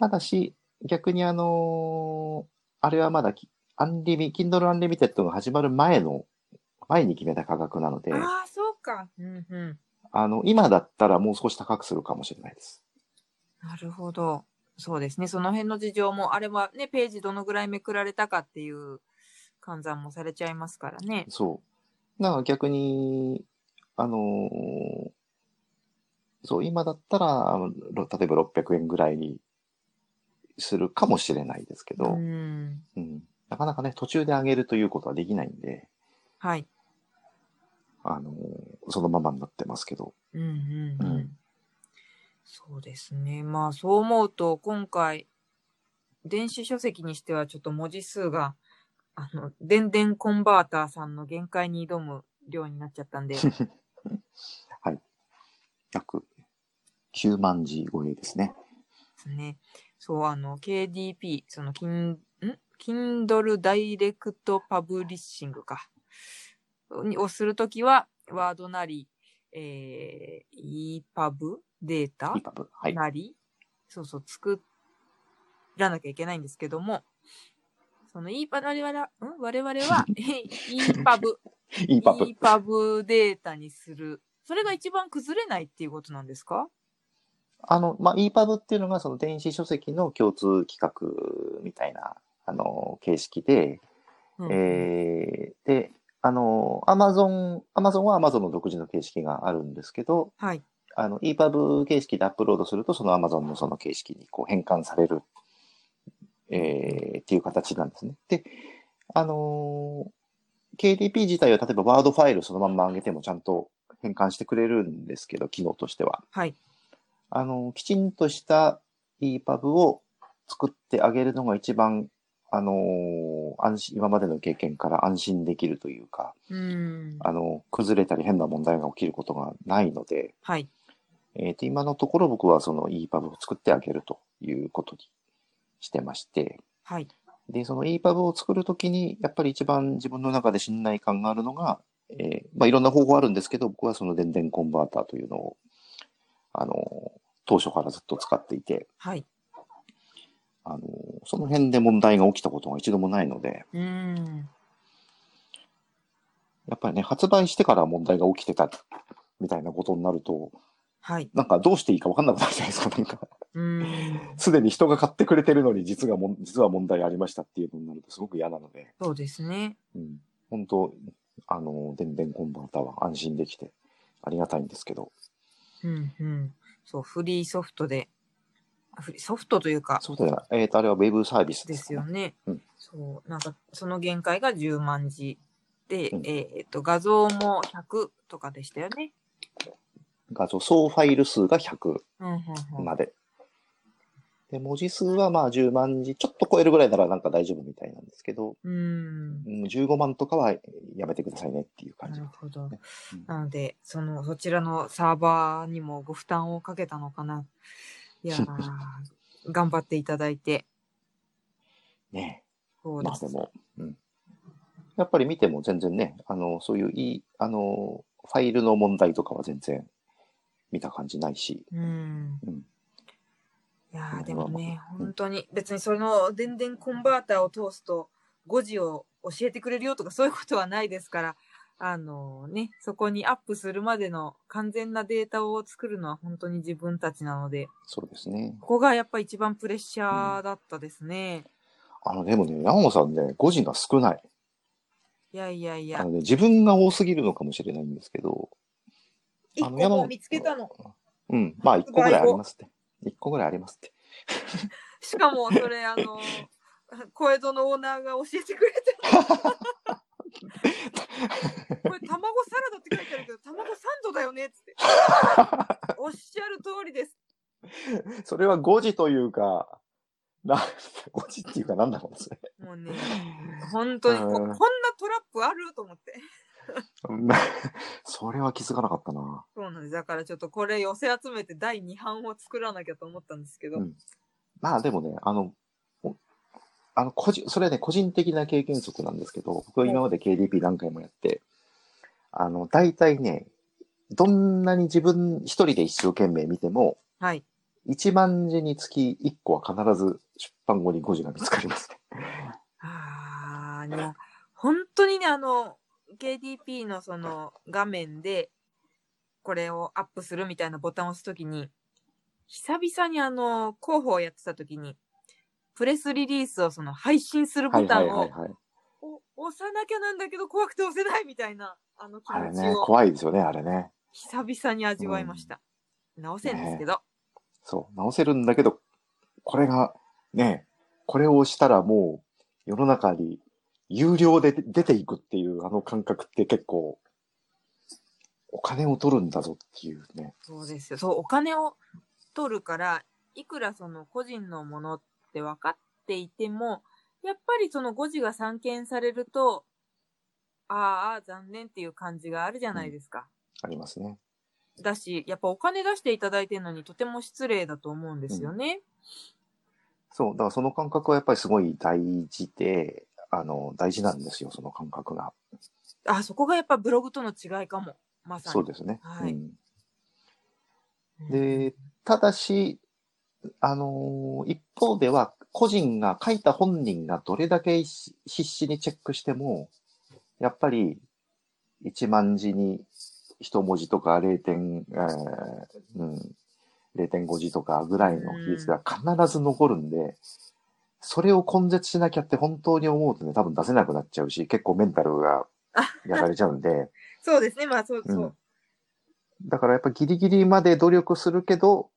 Speaker 2: ただし、逆にあのーあれはまだき、アンリミ、Kindle Unlimited が始まる前の、前に決めた価格なので、
Speaker 1: ああ、そうか。うんうん。
Speaker 2: あの、今だったらもう少し高くするかもしれないです。
Speaker 1: なるほど。そうですね。その辺の事情も、あれはね、ページどのぐらいめくられたかっていう換算もされちゃいますからね。
Speaker 2: そう。だから逆に、あのーそう、今だったら、あのろ例えば600円ぐらいにするかもしれないですけど、
Speaker 1: ん。
Speaker 2: うんなかなかね、途中で上げるということはできないんで、
Speaker 1: はい。
Speaker 2: あのーそのままになってますけど。
Speaker 1: うんうんうん。
Speaker 2: うん
Speaker 1: そうですね。まあそう思うと、今回、電子書籍にしてはちょっと文字数が、あの、電電コンバーターさんの限界に挑む量になっちゃったんで、
Speaker 2: 約9万字超えですね。
Speaker 1: ですね。そう、あの、KDP、その、キン、ん Kindle Direct Publishing か。にをするときは、ワードなり、えー、EPUB データ
Speaker 2: EPUB。はい。
Speaker 1: なり、そうそう、作らなきゃいけないんですけども、その EPUB、我々は、ん我々 は EPUB、
Speaker 2: EPUB。
Speaker 1: EPUB データにする。それが一番崩れないっていうことなんですか
Speaker 2: あの、まあ、EPUB っていうのがその電子書籍の共通規格みたいな、あの、形式で、
Speaker 1: うん
Speaker 2: えー、で、あの、Amazon、Amazon は Amazon の独自の形式があるんですけど、
Speaker 1: はい。
Speaker 2: あの、EPUB 形式でアップロードすると、その Amazon のその形式にこう変換される、えー、っていう形なんですね。で、あのー KDP 自体は例えばワードファイルそのまんま上げてもちゃんと変換してくれるんですけど、機能としては。
Speaker 1: はい。
Speaker 2: あの、きちんとした EPUB を作ってあげるのが一番、あのー安心、今までの経験から安心できるというか、
Speaker 1: うん。
Speaker 2: あの、崩れたり変な問題が起きることがないので、
Speaker 1: はい。
Speaker 2: えーと、今のところ僕はその EPUB を作ってあげるということにしてまして、
Speaker 1: はい。
Speaker 2: で、その EPUB を作るときに、やっぱり一番自分の中で信頼感があるのが、えーまあいろんな方法あるんですけど、僕はその電電コンバーターというのを、あのー当初からずっと使っていて、
Speaker 1: はい。
Speaker 2: あの、その辺で問題が起きたことが一度もないので、
Speaker 1: うん。
Speaker 2: やっぱりね、発売してから問題が起きてた、みたいなことになると、
Speaker 1: はい。
Speaker 2: なんかどうしていいか分かんなくなるじゃないですか、なんか。
Speaker 1: うん。
Speaker 2: すでに人が買ってくれてるのに、実がもん、実は問題ありましたっていうのになるとすごく嫌なので、
Speaker 1: そうですね。
Speaker 2: うん。本当あの、電電コンバーターは安心できて、ありがたいんですけど、
Speaker 1: うんうん。そう、フリーソフトで、フリーソフトというか、
Speaker 2: そうだよな。えっ、と、あれはウェブサービス
Speaker 1: で
Speaker 2: です
Speaker 1: す
Speaker 2: か
Speaker 1: よ
Speaker 2: ね。
Speaker 1: ね。
Speaker 2: うん
Speaker 1: そう、なんか、その限界が10万字。で、
Speaker 2: うん
Speaker 1: えーえっと、画像も100とかでしたよね。
Speaker 2: 画像、総ファイル数が100
Speaker 1: うんうんうん。
Speaker 2: まで。で、文字数はまあ10万字、ちょっと超えるぐらいならなんか大丈夫みたいなんですけど、
Speaker 1: うん
Speaker 2: うん15万とかはやめてくださいねっていう感
Speaker 1: な
Speaker 2: じ
Speaker 1: る。ほど
Speaker 2: ねうん。
Speaker 1: なので、その、そちらのサーバーにもご負担をかけたのかな。いや ー頑張っていただいて。
Speaker 2: ね
Speaker 1: そうで
Speaker 2: まあ
Speaker 1: す。
Speaker 2: でも、うん。やっぱり見ても全然ね、あの、そういういい、あの、ファイルの問題とかは全然見た感じないし、
Speaker 1: うん。
Speaker 2: うん。
Speaker 1: いや
Speaker 2: う
Speaker 1: ー
Speaker 2: ん
Speaker 1: でもね、
Speaker 2: うん
Speaker 1: 本当に、別にその電電コンバーターを通すと、誤字を教えてくれるよとかそういうことはないですから、あのね、そこにアップするまでの完全なデータを作るのは本当に自分たちなので、
Speaker 2: そうですね。
Speaker 1: ここがやっぱ一番プレッシャーだったですね。
Speaker 2: あの、でもね、山本さんね、誤字が少ない。
Speaker 1: いやいやい
Speaker 2: あ
Speaker 1: や
Speaker 2: の、ね、自分が多すぎるのかもしれないんですけど、
Speaker 1: 一
Speaker 2: あ
Speaker 1: 個
Speaker 2: の
Speaker 1: も見つけたの。。
Speaker 2: うん。まあ、1個ぐらいありますって。1個ぐらいありますって。
Speaker 1: しかも、それ、あの、小江戸のオーナーが教えてくれ て、これ、卵サラダって書いてあるけど、卵サンドだよねっつって。おっしゃる通りです。
Speaker 2: それは誤字というか、な、誤字っていうかなんだろうね、それ。
Speaker 1: もうね、本当にこ、
Speaker 2: うん
Speaker 1: こんなトラップあると思って。
Speaker 2: うん それは気づかなかったな。
Speaker 1: そうなんです。だからちょっとこれ寄せ集めて第2版を作らなきゃと思ったんですけど。
Speaker 2: うんまあでもね、あの、おあの、個人、それはね、個人的な経験則なんですけど、僕は今まで KDP 何回もやって、あの、大体ね、どんなに自分一人で一生懸命見ても、
Speaker 1: はい。
Speaker 2: 1万字につき1個は必ず出版後に5字が見つかりますね。
Speaker 1: あー、でも、本当にね、あの、KDP のその画面で、これをアップするみたいなボタンを押すときに、久々にあの、広報をやってたときに、プレスリリースをその配信する
Speaker 2: は
Speaker 1: ボ
Speaker 2: い
Speaker 1: タ
Speaker 2: は
Speaker 1: ン
Speaker 2: い
Speaker 1: を、
Speaker 2: はいはい。
Speaker 1: お押さなきゃなんだけど怖くて押せないみたいな、あの気
Speaker 2: あれ
Speaker 1: 持
Speaker 2: ね
Speaker 1: ち、を
Speaker 2: 怖いですよね、あれね。
Speaker 1: 久々に味わいました。直せんですけど。
Speaker 2: そう、直せるんだけど、これが、ね、これをしたらもう世の中に有料で出ていくっていうあの感覚って結構、お金を取るんだぞっていうね。
Speaker 1: そうですよ。そう、お金を取るから、いくらその個人のものって分かっていても、やっぱりその誤字が散見されると、あーあー、残念っていう感じがあるじゃないですか。
Speaker 2: ありますね。
Speaker 1: だし、やっぱお金出していただいてるのにとても失礼だと思うんですよね。
Speaker 2: そう、だからその感覚はやっぱりすごい大事で、あの、大事なんですよ、その感覚が。
Speaker 1: あ、そこがやっぱブログとの違いかも。まさに。
Speaker 2: そうですね。
Speaker 1: はい
Speaker 2: うん
Speaker 1: うん
Speaker 2: で、ただし、あのー一方では、個人が書いた本人がどれだけし必死にチェックしても、やっぱり1万字に1文字とか0点、えーうん、0.5字とかぐらいの比率が必ず残るんで、それを根絶しなきゃって本当に思うとね、多分出せなくなっちゃうし、結構メンタルがやられちゃうんで、
Speaker 1: そうですね。まあ、そうそう。
Speaker 2: うんだからやっぱギリギリまで努力するけど、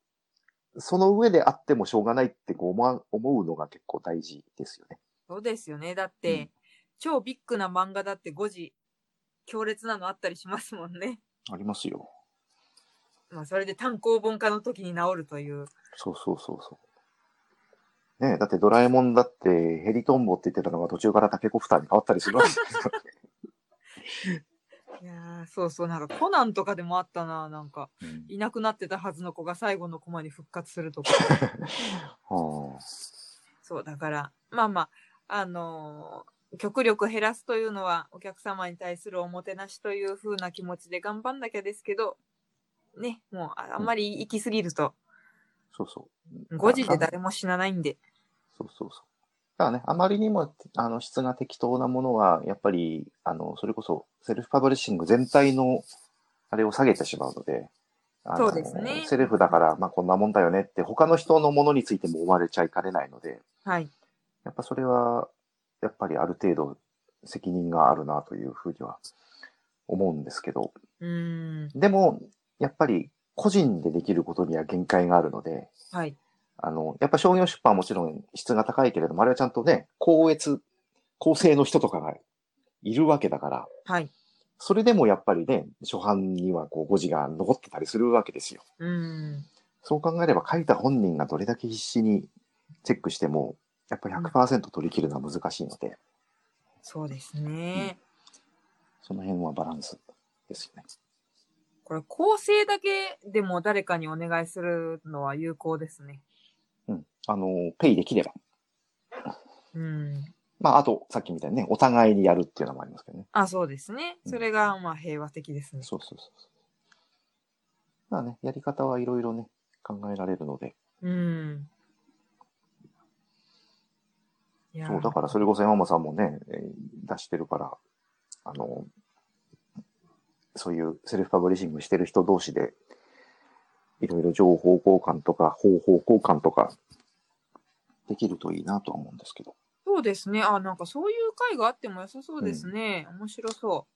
Speaker 2: その上であってもしょうがないってこう思わ思うのが結構大事ですよね。
Speaker 1: そうですよね。だって、
Speaker 2: うん
Speaker 1: 超ビッグな漫画だって誤字、強烈なのあったりしますもんね。
Speaker 2: ありますよ。
Speaker 1: まあ、それで単行本化の時に治るという。
Speaker 2: そうそうそうそう。ねえ、だってドラえもんだってヘリトンボって言ってたのが途中からタケコプターに変わったりするわけです よ。
Speaker 1: いやーそうそう、なんかコナンとかでもあったな、なんか、
Speaker 2: うん
Speaker 1: いなくなってたはずの子が最後のコマに復活するとか。
Speaker 2: はあ
Speaker 1: そう、だから、まあまあ、あのー極力減らすというのは、お客様に対するおもてなしという風な気持ちで頑張んなきゃですけど、ね、もう、ああんまり行き過ぎると、
Speaker 2: そうそう。
Speaker 1: 誤字で誰も死なないんで。
Speaker 2: そうそうそう。だからね、あまりにもあの質が適当なものは、やっぱり、あの、それこそセルフパブリッシング全体の、あれを下げてしまうので、あの
Speaker 1: そうですね
Speaker 2: セルフだから、まあこんなもんだよねって、他の人のものについても思われちゃいかねないので、
Speaker 1: はい。
Speaker 2: やっぱそれは、やっぱりある程度責任があるなというふうには思うんですけど、
Speaker 1: うーん。
Speaker 2: でも、やっぱり個人でできることには限界があるので、
Speaker 1: はい。
Speaker 2: あの、やっぱ商業出版はもちろん質が高いけれども、あれはちゃんとね、高越、高性の人とかがいるわけだから、
Speaker 1: はい。
Speaker 2: それでもやっぱりね、初版にはこう誤字が残ってたりするわけですよ。
Speaker 1: うーん。
Speaker 2: そう考えれば書いた本人がどれだけ必死にチェックしても、やっぱ100%取り切るのは難しいので、
Speaker 1: そうですね。
Speaker 2: その辺はバランスですよね。
Speaker 1: これ、構成だけでも誰かにお願いするのは有効ですね。
Speaker 2: うん。あの、ペイできれば。
Speaker 1: うん。
Speaker 2: まあ、あと、さっきみたいにね、お互いにやるっていうのもありますけどね。
Speaker 1: あ、そうですね。それが、まあ、平和的ですね。
Speaker 2: そうそうそうそう。まあね、やり方はいろいろね、考えられるので、
Speaker 1: うん。いやー
Speaker 2: そう、だからそれこそ山本さんもね、えー出してるから、あの、そういうセルフパブリッシングしてる人同士で、いろいろ情報交換とか、方法交換とか、できるといいなとは思うんですけど。
Speaker 1: そうですね。あ、なんかそういう会があっても良さそうですね。面白そ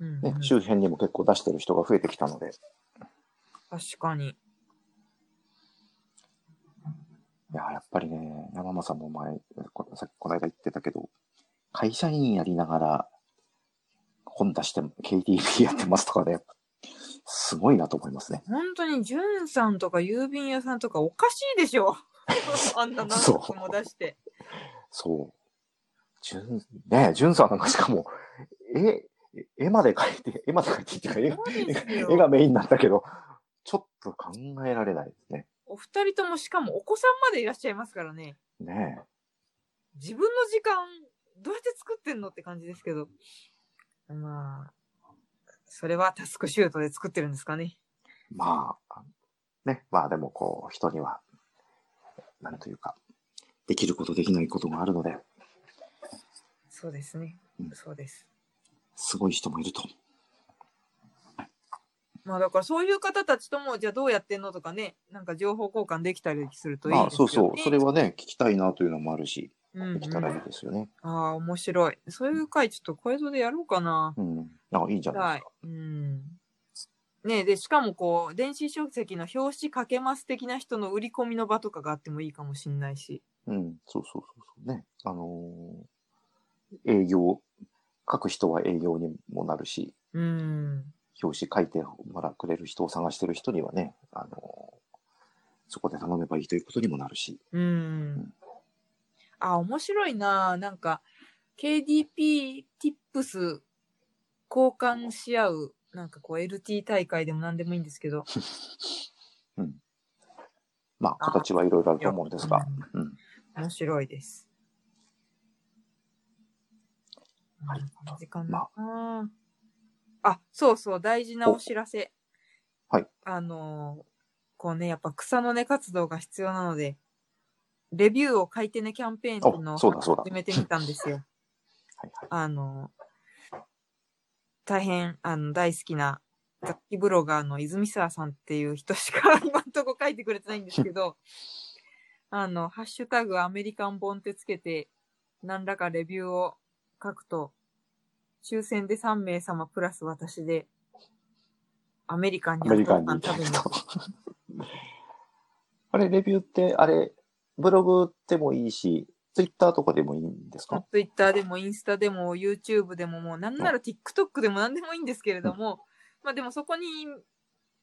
Speaker 1: う。うん。
Speaker 2: ね
Speaker 1: う、ん
Speaker 2: 周辺にも結構出してる人が増えてきたので、い
Speaker 1: 確かに。
Speaker 2: や、やっぱりね、山本さんも前、こさっきこの間言ってたけど、会社員やりながら、本出して KTP やってますとかね、すごいなと思いますね。
Speaker 1: 本当に、じゅんさんとか郵便屋さんとかおかしいでし ょ。あんな何
Speaker 2: そう
Speaker 1: 冊も出して。
Speaker 2: そう。じゅん、ねじゅんさんなんかしかも、絵、絵まで描いて、絵まで描いてっていうか
Speaker 1: そうです
Speaker 2: 絵
Speaker 1: よ
Speaker 2: が、絵がメインなんだけど、ちょっと考えられないですね。
Speaker 1: お二人ともしかもお子さんまでいらっしゃいますからね。
Speaker 2: ね
Speaker 1: 自分の時間、どうやって作ってんのって感じですけど。まあ、それはタスクシュートで作ってるんですかね。
Speaker 2: まあ、ね、まあでもこう、人には、なんというか、できることできないことがあるので、
Speaker 1: そうですね
Speaker 2: う。ん
Speaker 1: そうです。
Speaker 2: すごい人もいると。
Speaker 1: まあだからそういう方たちとも、じゃあどうやってんのとかね、なんか情報交換できたりするといい
Speaker 2: まあ
Speaker 1: ですよ
Speaker 2: そう
Speaker 1: ね。
Speaker 2: そう、それはね、聞きたいなというのもあるし、
Speaker 1: うんう
Speaker 2: できたらいい
Speaker 1: ん、
Speaker 2: ですよね。
Speaker 1: ああ、面白い。そういう回ちょっと小江戸でやろうかな。
Speaker 2: うん。なんかいいじゃな
Speaker 1: はい
Speaker 2: いですか。。
Speaker 1: うん。ねえで、しかもこう、電子書籍の表紙かけます的な人の売り込みの場とかがあってもいいかもしれないし。
Speaker 2: うん、そうそうそうそうね。あのー営業、書く人は営業にもなるし、
Speaker 1: うん。
Speaker 2: 表紙書いてもらくれる人を探してる人にはね、あのーそこで頼めばいいということにもなるし。
Speaker 1: うん。あ、面白いな。なんか、KDP ティップス交換し合う、なんかこう LT 大会でも何でもいいんですけど。
Speaker 2: まあ、
Speaker 1: あ
Speaker 2: 形はいろいろあると思うんですが。うん。
Speaker 1: 面白いです。
Speaker 2: はい
Speaker 1: こんな時間だなあ、そうそう、大事なお知らせ。
Speaker 2: おはい。
Speaker 1: あのーこうね、やっぱ草の根活動が必要なので、レビューを書いてねキャンペーンっていうのを
Speaker 2: おそうだそうだ
Speaker 1: 始めてみたんですよ。
Speaker 2: はいはい。
Speaker 1: あの、大変、あの、大好きな雑記ブロガーの泉沢さんっていう人しか今んとこ書いてくれてないんですけ ど、あの、ハッシュタグアメリカン本ってつけて、何らかレビューを書くと、抽選で3名様プラス私で、アメリカン
Speaker 2: ア
Speaker 1: に
Speaker 2: メリカンに
Speaker 1: お
Speaker 2: 行
Speaker 1: 父さん
Speaker 2: た
Speaker 1: 食べに
Speaker 2: と。 あれ、レビューって、あれ、ブログでもいいし、ツイッターとかでもいいんですか
Speaker 1: Twitter でもインスタでも YouTube でももうなんなら TikTok でも何でもいいんですけれども、まあでもそこに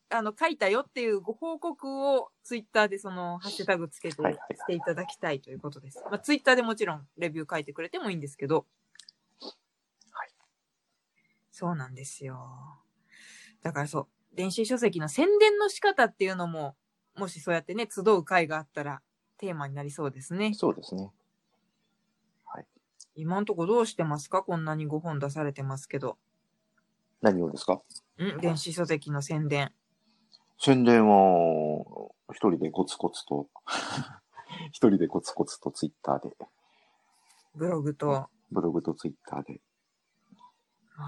Speaker 1: あの書いたよっていうご報告を Twitter でそのハッシュタグつけて
Speaker 2: はいはいはい
Speaker 1: していただきたいということです。まあ Twitter でもちろんレビュー書いてくれてもいいんですけど。
Speaker 2: はい。
Speaker 1: そうなんですよ。だからそう、電子書籍の宣伝の仕方っていうのも、もしそうやってね、集う会があったらテーマになりそうですね。
Speaker 2: そうですね。
Speaker 1: 今んとこどうしてますかこんなに5本出されてますけど。
Speaker 2: 何をですか
Speaker 1: ん電子書籍の宣伝。
Speaker 2: 宣伝は、一人でコツコツと、 一人でコツコツとツイッターで、
Speaker 1: ブログと。
Speaker 2: ブログとツイッターで。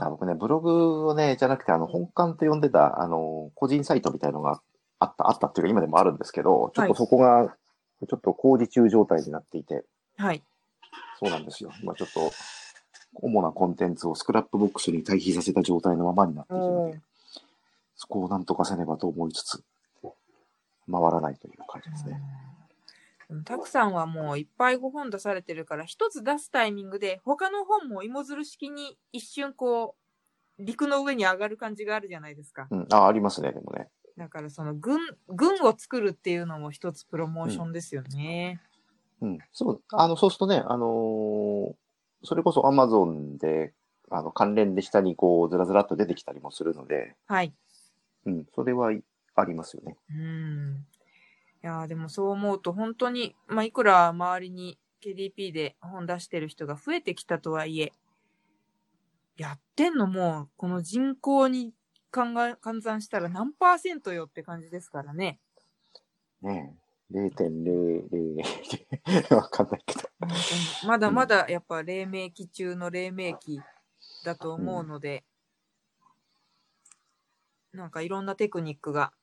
Speaker 2: あ僕ね、ブログをね、じゃなくて、あの、本館と呼んでた、あの、個人サイトみたいのがあった、あったっていうか、今でもあるんですけど、ちょっとそこが、ちょっと工事中状態になっていて、
Speaker 1: はい。
Speaker 2: そうなんですよ。今ちょっと、主なコンテンツをスクラップボックスに対比させた状態のままになっているの
Speaker 1: おー
Speaker 2: で、そこをなんとかせねばと思いつつ、回らないという感じですね。
Speaker 1: でもたくさんはもういっぱい5本出されてるから、一つ出すタイミングで、他の本も芋づる式に一瞬こう、陸の上に上がる感じがあるじゃないですか。
Speaker 2: うん、あ、ありますね、でもね。
Speaker 1: だからその群、群を作るっていうのも一つプロモーションですよね。
Speaker 2: うん、そう、あの、そうするとね、あのーそれこそ Amazon で、あの、関連で下にこう、ずらずらっと出てきたりもするので、
Speaker 1: はい。
Speaker 2: うん、それはいありますよね。
Speaker 1: うん。いやーでもそう思うと本当に、まあ、いくら周りに KDP で本出してる人が増えてきたとはいえ、やってんのもう、この人口に考え、換算したら何パーセントよって感じですからね。
Speaker 2: ねえ0.000 わかんないけど。
Speaker 1: 本当にまだまだやっぱ黎明期中の黎明期だと思うので、なんかいろんなテクニックが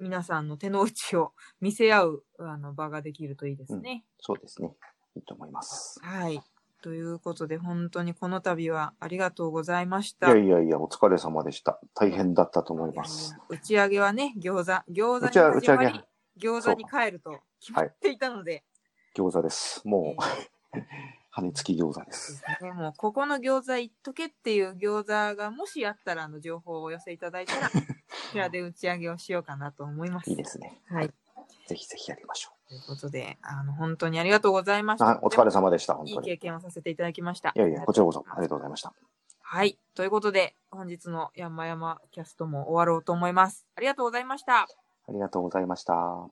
Speaker 1: 皆さんの手の内を見せ合うあの場ができるといいですね。
Speaker 2: そうですね。いいと思います。
Speaker 1: はい。ということで、本当にこの度はありがとうございまし
Speaker 2: い
Speaker 1: た。
Speaker 2: やいやいや、お疲れ様でした。大変だったと思い
Speaker 1: いや
Speaker 2: ま
Speaker 1: い
Speaker 2: す
Speaker 1: や。打ち上げはね、餃子、餃
Speaker 2: 打ち上げ
Speaker 1: 子に始ま
Speaker 2: 打ち
Speaker 1: り、餃子に帰ると決まっていたので、
Speaker 2: 餃子です。もう、
Speaker 1: え
Speaker 2: 羽根付き餃子で
Speaker 1: ー
Speaker 2: す。
Speaker 1: ですねもうここの餃子行っとけっていう餃子がもしあったら、あの情報をお寄せいただい たら、こちらで打ち上げをしようかなと思います。
Speaker 2: いいですね。
Speaker 1: はい。
Speaker 2: ぜひぜひやりましょ
Speaker 1: ということで、あの、本当にありがとうございまし
Speaker 2: う。
Speaker 1: た
Speaker 2: あ。お疲れ様でした、本
Speaker 1: い
Speaker 2: 当
Speaker 1: い
Speaker 2: に。い
Speaker 1: 経験をさせていただきました。
Speaker 2: やいや、こちらこそ、ありがとうございました。
Speaker 1: はい。ということで、本日の山々キャストも終わろうと思います。ありがとうございました。
Speaker 2: ありがとうございました。